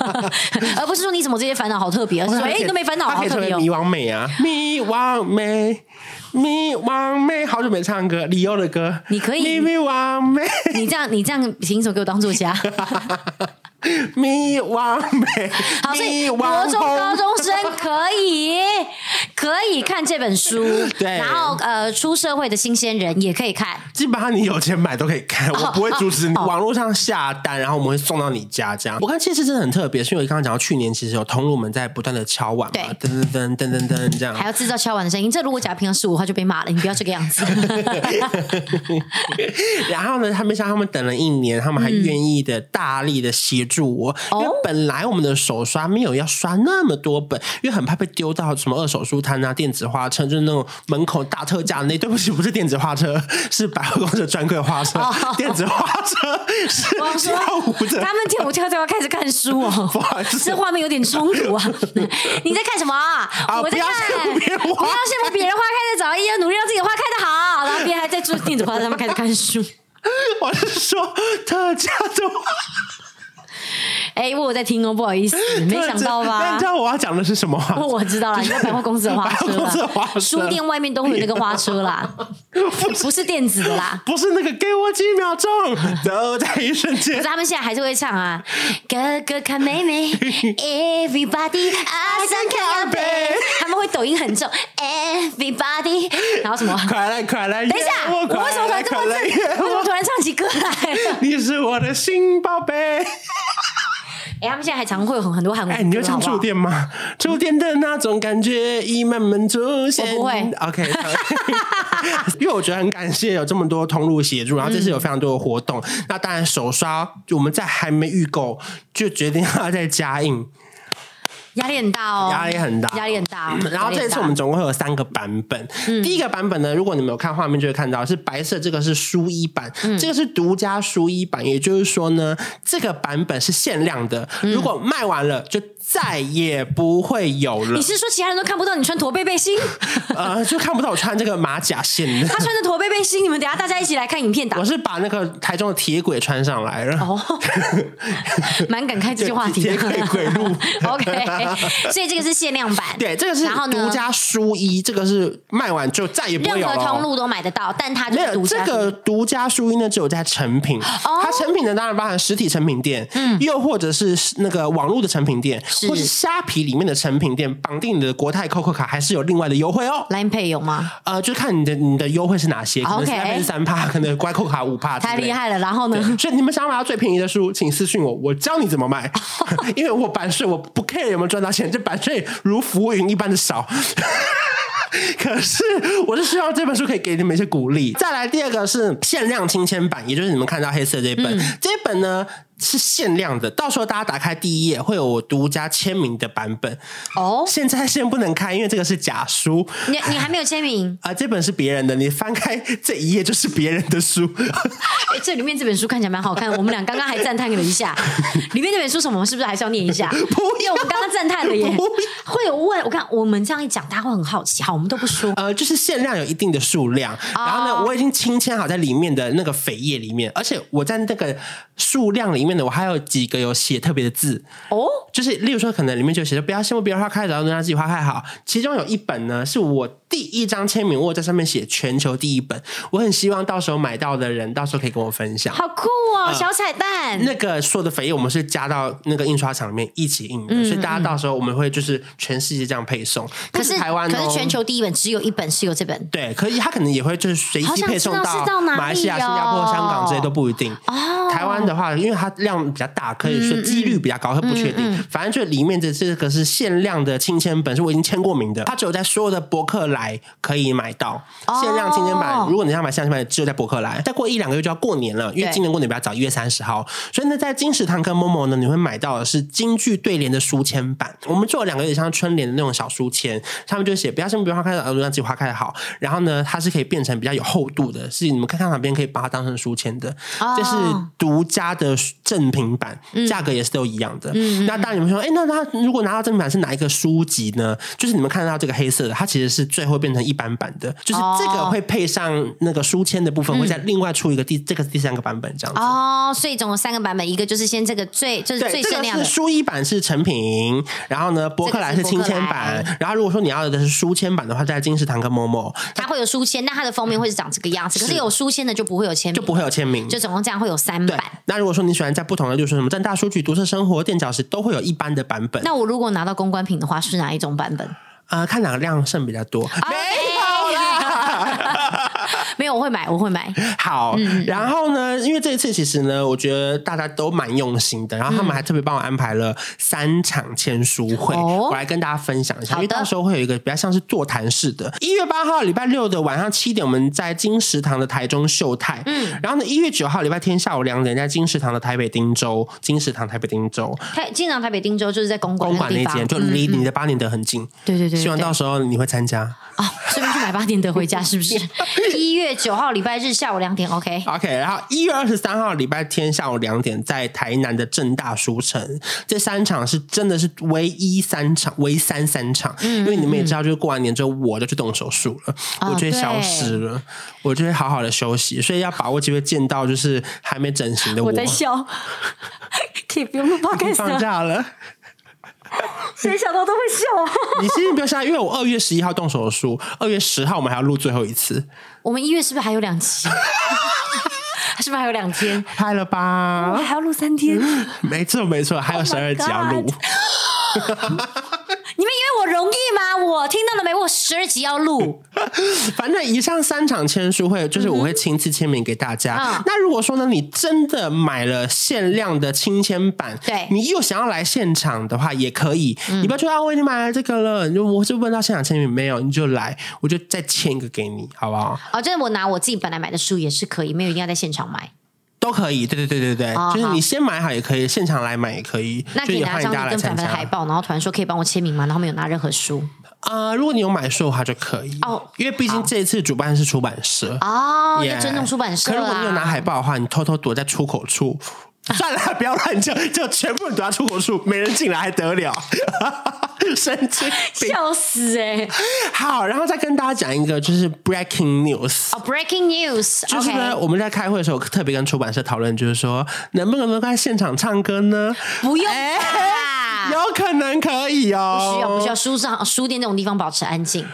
S2: 而不是说你怎么这些烦恼好特别，而是说
S1: 他
S2: 哎、
S1: 可以
S2: 你都没烦恼，
S1: 他
S2: 好
S1: 可以
S2: 特
S1: 成
S2: 别
S1: 为
S2: 哦。
S1: 迷惘美啊，迷惘美，迷惘美，好久没唱歌，李欧的歌，
S2: 你可以
S1: 迷迷惘美，
S2: 你这样，你这样，凭什么给我当作家？
S1: 迷惘美，
S2: 好，所以
S1: 迷
S2: 国
S1: 惘
S2: 中、高
S1: 红。
S2: 中生可以可以看这本书，
S1: [laughs] 对
S2: 然后呃，出社会的新鲜人也可以看。
S1: 基本上你有钱买都可以看，我不会阻止你。
S2: 哦
S1: 网络上下单，然后我们会送到你家这样。我看这次真的很特别，是因为刚刚讲到去年其实有同路们在不断的敲碗嘛，噔噔噔噔噔噔这样
S2: 还。要制造敲碗的声音，这如果假如平常是我的话就被骂了。你不要这
S1: [laughs]
S2: 个样子，
S1: 然后呢，他们像他们等了一年，他们还愿意的大力的协助我，因为
S2: 哦
S1: 本来我们的手刷没有要刷那么多本，因为很怕被丢到什么二手书摊啊、电子花车，就是那种门口大特价那。对不起，不是电子花车，是百货公司的专柜花
S2: 哦
S1: 车，电子花车是
S2: 我想说
S1: 跳舞的。
S2: 他们跳舞跳跳要开始看书
S1: [laughs]
S2: 哦
S1: 不好意，思
S2: 这画面有点冲突啊！你在看什么啊？
S1: 啊
S2: 我在
S1: 不要
S2: 看，
S1: 羡慕别人花
S2: 不要羡慕别人花开的早，也要努力让自己的花开的好。然后别人还在做电子花，他们开始看书。
S1: 我是说特价的话，
S2: 哎，我有在听哦，不好意思，没想
S1: [laughs]
S2: 到
S1: 那
S2: 吧
S1: 你知？道我要讲的是什么 [laughs] 吗？
S2: [laughs] 哦我知道啦，你在百货公司的花
S1: [laughs] 百货公司
S2: 车
S1: 的
S2: 啦
S1: 花，车
S2: 书店外面都会有那个花车
S1: [laughs]
S2: 啦，不是电子的啦。
S1: 不是那个，给我几秒钟，都在一瞬
S2: 可
S1: 间
S2: 是。他们现在还是会唱啊，哥哥看
S1: [laughs]
S2: 妹妹，Everybody 啊，三看阿贝，他们会抖音很重，Everybody，
S1: [laughs]
S2: 然后什么？啊
S1: 快来快来！
S2: 等一下，我
S1: 快
S2: 为什么突
S1: 来
S2: 然这
S1: 快
S2: 么
S1: 来
S2: 正？为什么突然唱起歌来了？
S1: 你是我的新宝贝，
S2: [laughs] 哎，他们现在还常会有很嗯很多韩文
S1: 哎、
S2: 歌，
S1: 你会
S2: 好啊
S1: 唱
S2: 不好
S1: 触电吗？触电的那种感觉已慢慢出现。
S2: 我不会
S1: OK，好 [laughs] 因为我觉得很感谢有这么多通路协助，然后这次有非常多的活动。那当然，手刷我们在还没预购就决定要再加印，
S2: 压力很大哦，
S1: 压力很大
S2: 压力很大哦。
S1: [laughs] 然后这一次我们总共会有三个版本。
S2: 嗯
S1: 第一个版本呢，如果你们有看画面，就会看到是白色，这个是书衣版，
S2: 嗯
S1: 这个是独家书衣版，也就是说呢，这个版本是限量的，
S2: 嗯
S1: 如果卖完了就再也不会有了
S2: 你。是说其他人都看不到你穿驼背背心？
S1: 呃，就看不到我穿这个马甲线的
S2: [laughs] 他。穿着驼背背心，你们等一下大家一起来看影片打
S1: 我，是把那个台中的铁轨穿上来了，
S2: 哦，蛮感慨这句话题
S1: 铁轨轨
S2: [laughs]
S1: 路
S2: OK，所以这个是限量版，
S1: 对，这个是
S2: 然后呢
S1: 独家书衣，这个是卖完就再也不会
S2: 任
S1: 有
S2: 何
S1: 了
S2: 通
S1: 哦。
S2: 路都买得到，但它就
S1: 没有
S2: 是独
S1: 这
S2: 家。哦
S1: 个独家书衣呢，只有在成品。它成品呢，当然包含实体成品店，嗯，又或者是那个网络的成品店，
S2: 是
S1: 或是虾皮里面的成品店，绑定你的国泰扣扣卡，还是有另外的优惠哦。
S2: Line Pay 有吗？
S1: 呃，就看你的你的优惠是哪些，可能
S2: OK
S1: 三分三趴，可能乖扣卡五趴，
S2: 太厉害了！然后
S1: [laughs]
S2: 呢？
S1: 所以你们想买到最便宜的书，请私信我，我教你怎么
S2: [laughs]
S1: 卖。因为我版税我不 care 有没有赚到钱，这版税如浮云一般的少。 [laughs] 可是我是希望这本书可以给你们一些鼓励。再来第二个是限量亲签版，也就是你们看到黑色这一本，
S2: 嗯
S1: 这一本呢。是限量的，到时候大家打开第一页会有我独家签名的版本。
S2: 哦，
S1: 现在先不能开，因为这个是假书
S2: 你你还没有签名？
S1: 啊、这本是别人的，你翻开这一页就是别人的书。
S2: 哎，这里面这本书看起来蛮好看，我们俩刚刚还赞叹了
S1: [laughs]
S2: 一下。里面这本书什么？是不是还是要念一下？
S1: 不
S2: 因为我们刚刚赞叹了耶
S1: 不要，
S2: 会有问我看我们这样一讲，大家会很好奇。好，我们都不说。
S1: 呃，就是限量有一定的数量，
S2: 哦
S1: 哦然后呢，我已经清签好在里面的那个扉页里面，而且我在那个数量里面呢，我还有几个有写特别的字，
S2: 哦，
S1: 就是例如说，可能里面就写着不要羡慕别人花开，然后让自己花开好。其中有一本呢，是我第一张签名，我有在上面写全球第一本，我很希望到时候买到的人，到时候可以跟我分享。
S2: 好
S1: 嗯
S2: 酷哦，小彩蛋。
S1: 那个所有的扉页我们是加到那个印刷厂里面一起印的，所以大家到时候我们会就是全世界这样配送，
S2: 可
S1: 不
S2: 是
S1: 台湾、哦，
S2: 可是全球第一本只有一本是有这本
S1: 对，可以，他可能也会就是随
S2: 好
S1: 机
S2: 想
S1: 配送
S2: 知道
S1: 到
S2: 是到哪里
S1: 马来西亚、新加坡、
S2: 哦
S1: 香港这些都不一定。
S2: 哦
S1: 台湾的话，因为它量比较大，可以说几率比较高，它不确
S2: 嗯
S1: 定。反正就里面的这个是限量的亲签本，是我已经签过名的，它只有在所有的博客来可以买到
S2: 哦
S1: 限量亲签版。如果你要买限量亲签版，只有在博客来。再过一两个月就要过年了，因为
S2: 对
S1: 今年过年比较早，一月三十号。所以呢，在金石堂跟 Momo 呢，你会买到的是京剧对联的书签版。我们做了两个有点像春联的那种小书签，上面就写不要先不要花开的，而让自己花开的好。然后呢，它是可以变成比较有厚度的，是你们看看旁边可以把它当成书签的。
S2: 哦嗯
S1: 这是独家的正品版，价格也是都一样的。那当然你们说，哎、那它如果拿到正品版是哪一个书籍呢？就是你们看到这个黑色的，它其实是最后变成一般版的，就是这个
S2: 哦
S1: 会配上那个书签的部分，会再另外出一个第这个是第三个版本这样子。
S2: 嗯哦，所以总有三个版本，一个就是先这个最就是
S1: 对，
S2: 最
S1: 这
S2: 限
S1: 个
S2: 量
S1: 是
S2: 的，
S1: 书衣版是成品，然后呢，博客来是亲签
S2: 这个是
S1: 版，然后如果说你要的是书签版的话，在金石堂跟 Momo
S2: 它会有书签，那它的封面会是长这个样子。可是
S1: 是
S2: 有书签的就不会有签
S1: 就
S2: 名，
S1: 不会有签名，
S2: 就总共这样会有三
S1: 对
S2: 版。，
S1: 那如果说你喜欢在不同的，就是什么正大书局、读社生活、垫脚石，都会有一般的版本。
S2: 那我如果拿到公关品的话，是哪一种版本？
S1: 呃，看哪个量剩比较多，
S2: 哦
S1: 没有 [laughs] 啦。
S2: 啊没有，我会买，我会买。
S1: 好，
S2: 嗯
S1: 然后呢，因为这一次其实呢，我觉得大家都蛮用心的，然后他们还特别帮我安排了三场签书会，
S2: 哦
S1: 我来跟大家分享一下，
S2: 好
S1: 因
S2: 的
S1: 为到时候会有一个比较像是座谈式的。一月八号礼拜六的晚上七点，我们在金石堂的台中秀泰，嗯，然后呢，一月九号礼拜天下午两点，在金石堂的台北汀州，金石堂台北汀州
S2: 台经常台北汀州就是在公馆
S1: 公
S2: 那
S1: 馆
S2: 地
S1: 那
S2: 方
S1: 间，，就离你的八年德很近，
S2: 对对对对
S1: 希望
S2: 对
S1: 到时候你会参加。
S2: 啊，顺便去买八点的回家，是
S1: [laughs]
S2: 不是？一月九号礼拜日下午两点，OK。
S1: OK，然后一月二十三号礼拜天下午两点，在台南的正大书城，这三场是真的是唯一三场，唯三三场，因为你们也知道，就是过完年之后我就去动手术了，
S2: 哦
S1: 我就会消失了，我就会好好的休息，所以要把握机会见到就是还没整形的我。
S2: 我在笑，可以不用录
S1: [laughs]
S2: podcast
S1: 放
S2: 了，
S1: 假了，
S2: 谁想到都会笑。啊
S1: 你先不要下，因为我二月十一号动手术，二月十号我们还要录最后一次，
S2: 我们一月是不是还有两
S1: [laughs]
S2: 期？是不是还有两天？
S1: 拍了 [laughs] 吧？
S2: 还要录三天？你们
S1: 没错没错，还有
S2: Oh my
S1: 十二集要录
S2: God 以为我容易吗？我听到了没？我十二集要录，
S1: 反正以上三场签书会，就是我会亲自签名给大家。
S2: 嗯
S1: 那如果说呢，你真的买了限量的亲签版，
S2: 对嗯
S1: 你又想要来现场的话，也可以。你不要觉得啊，我已经买了这个了，你就我就问到现场签名没有，你就来，我就再签一个给你，好不好？
S2: 哦，就是我拿我自己本来买的书也是可以，没有一定要在现场买。
S1: 都可以，对对对对对，
S2: 哦
S1: 就是你先买好也可以，现场来买也可以，
S2: 那
S1: 就
S2: 可以
S1: 也
S2: 拿
S1: 欢
S2: 张
S1: 迎大
S2: 你
S1: 家来
S2: 跟凡
S1: 参
S2: 凡的海
S1: 加。
S2: 报，然后突然说可以帮我签名吗？然后没有拿任何书
S1: 啊、如果你有买书的话就可以
S2: 哦
S1: 因为毕竟这次主办是出版社
S2: 哦，
S1: 也
S2: 就尊重出版社啊
S1: 可如
S2: 啦。
S1: 果你有拿海报的话，你偷偷躲在出口
S2: [laughs]
S1: 处。算了，不要乱叫，就全部人躲在出口处，没人进来还得了？ [laughs] 神
S2: [laughs]
S1: 经病！
S2: 笑死哎、
S1: 好，然后再跟大家讲一个，就是 breaking news。
S2: 哦、b r e a k i n g news，
S1: 就是呢
S2: o
S1: 我们在开会的时候特别跟出版社讨论，就是说能不能在现场唱歌呢？
S2: k 不用
S1: 哎
S2: 啦
S1: 有可能可以哦，
S2: 不需要不需要书上书店那种地方保持安静，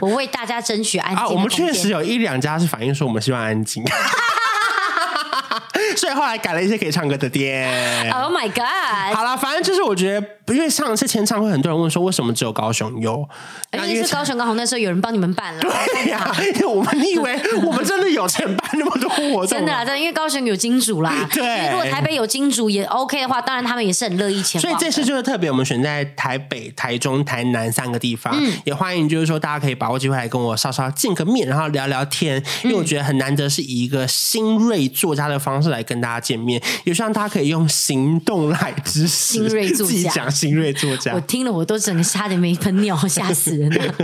S2: 我为大家争取安静、
S1: 啊，我们确实，有一两家是反映说我们希望安静， [laughs] 所以后来改了一些可以唱歌的店。
S2: Oh my god！
S1: 好了，反正就是我觉得，因为上次签唱会，很多人问说为什么只有高雄有，
S2: 而
S1: 那
S2: 且哎是高雄刚好那时候有人帮你们办
S1: [laughs]
S2: 了，
S1: 对呀、因为我们你以为我们真的有钱办那么多活动？啊
S2: 真的啦，真啊的，因为高雄有金主啦。
S1: [laughs] 对
S2: 因为如果台北有金主也 OK 的话，当然他们也是很乐意
S1: [laughs]
S2: 前
S1: 所
S2: 往
S1: 以
S2: 的。
S1: 这次就是特别，我们选在台北、台中、台南三个地方，
S2: 嗯
S1: 也欢迎就是说大家可以把握机会来跟我稍稍见个面，然后聊聊天，因为
S2: 嗯
S1: 我觉得很难得是以一个新锐作家的方式来跟大家见面，也希望大家可以用行动来支持
S2: 新锐作家
S1: 自己讲新锐作家
S2: 我。听了我都整个差点没喷尿， [laughs] 吓死人了！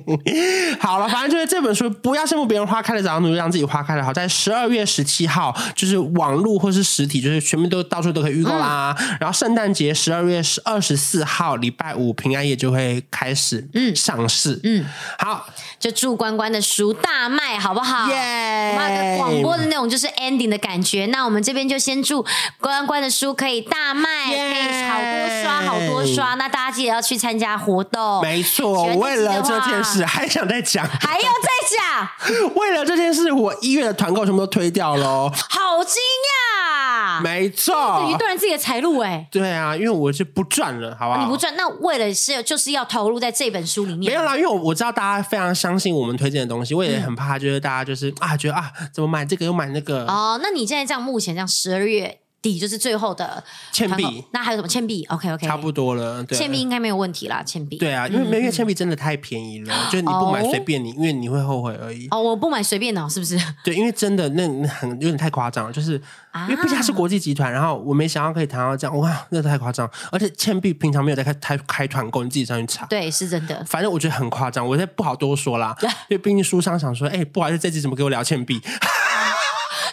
S1: [laughs] 好了，反正就是这本书，不要羡慕别人花开的早，努力让自己花开的好。在十二月十七号，就是网络或是实体，就是全部都到处都可以预购啦。
S2: 嗯
S1: 然后圣诞节十二月十二十四号，礼拜五平安夜就会开始上市。嗯，好，
S2: 就祝关关的书大卖，好不好？
S1: 耶
S2: 我们要有个广播的那种就是 ending 的感觉。那我们这边就先祝关关的书可以大卖
S1: 耶
S2: 可以好多刷，好多刷。那大家记得要去参加活动，
S1: 没错，
S2: 喜欢这集的话
S1: 我为了这件事还想再讲，
S2: 还要再讲，
S1: 为了这件事，我一月的团购全部都推掉喽。
S2: 好惊讶！
S1: 没
S2: 等于
S1: 错，
S2: 断了自己的财路哎、
S1: 对啊，因为我是不赚了，好不好？
S2: 啊你不赚，那为了是就是要投入在这本书里面，嗯
S1: 没有啦，因为我我知道大家非常相信我们推荐的东西，我也很怕，就是大家就是啊，觉得啊，怎么买这个又买那个，
S2: 哦，那你现在这样，目前这样十二月底就是最后的
S1: 铅笔
S2: 团购那还有什么铅笔？OK OK，
S1: 差不多了。对，啊
S2: 铅笔应该没有问题啦，铅笔。
S1: 对啊，因为因为铅笔真的太便宜了，就是你不买
S2: 嗯哦
S1: 随便你，因为你会后悔而已。
S2: 哦，我不买随便的哦，是不 [laughs] 是？
S1: 对，因为真的那那很有点太夸张了，就是
S2: 啊
S1: 因为毕竟它是国际集团，然后我没想到可以谈到这样，哇，那太夸张。而且铅笔平常没有在开开开团购，你自己上去查。
S2: 对，是真的。
S1: 反正我觉得很夸张，我这不好多说
S2: [laughs]
S1: 啦，因为毕竟书商想说，哎、不好意思，这集怎么给我聊铅笔？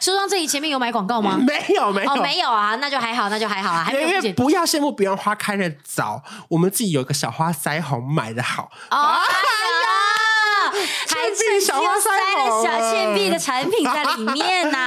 S2: 书上这里前面有买广告
S1: [laughs]
S2: 吗？
S1: 没有，没有，
S2: 哦，没有啊，那就还好，那就还好啊，还没
S1: 对，
S2: 有
S1: 因
S2: 误
S1: 为
S2: 解
S1: 不要羡慕别人花开的早，我们自己有一个小花腮红买的好。
S2: 哦。哎呀还
S1: 铅笔
S2: 趁机
S1: 小花
S2: 又塞了
S1: 腮红
S2: 小
S1: 啊
S2: 铅笔的产品在里面呐、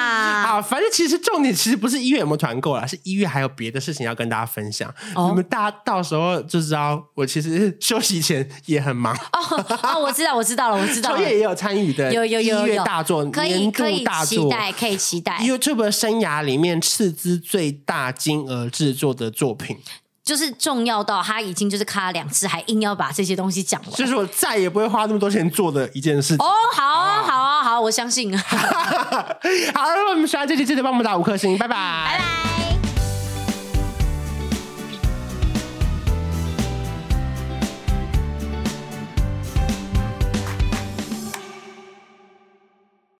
S1: [laughs] 啊，反正其实重点其实不是一月有没有团购啦，是一月还有别的事情要跟大家分享。
S2: 哦
S1: 你们大家到时候就知道，我其实休息前也很忙，
S2: 哦哦，我知道，我知道了，我知道
S1: 秋
S2: 了，
S1: 叶也有参与的，
S2: 有有有
S1: 一月
S2: 有
S1: 大作，
S2: 可以
S1: 年
S2: 可以
S1: 度大
S2: 期
S1: 作。
S2: 待，可以期待，
S1: YouTube 生涯里面斥资最大金额制作的作品，
S2: 就是重要到他已经就是卡了两次，还硬要把这些东西讲完。
S1: 就是我再也不会花那么多钱做的一件事情。 [laughs]
S2: 哦，好啊，好啊，好啊，我相信。拜
S1: 好，如果你们喜欢这期，记得帮我们打五颗星，拜拜。
S2: 拜。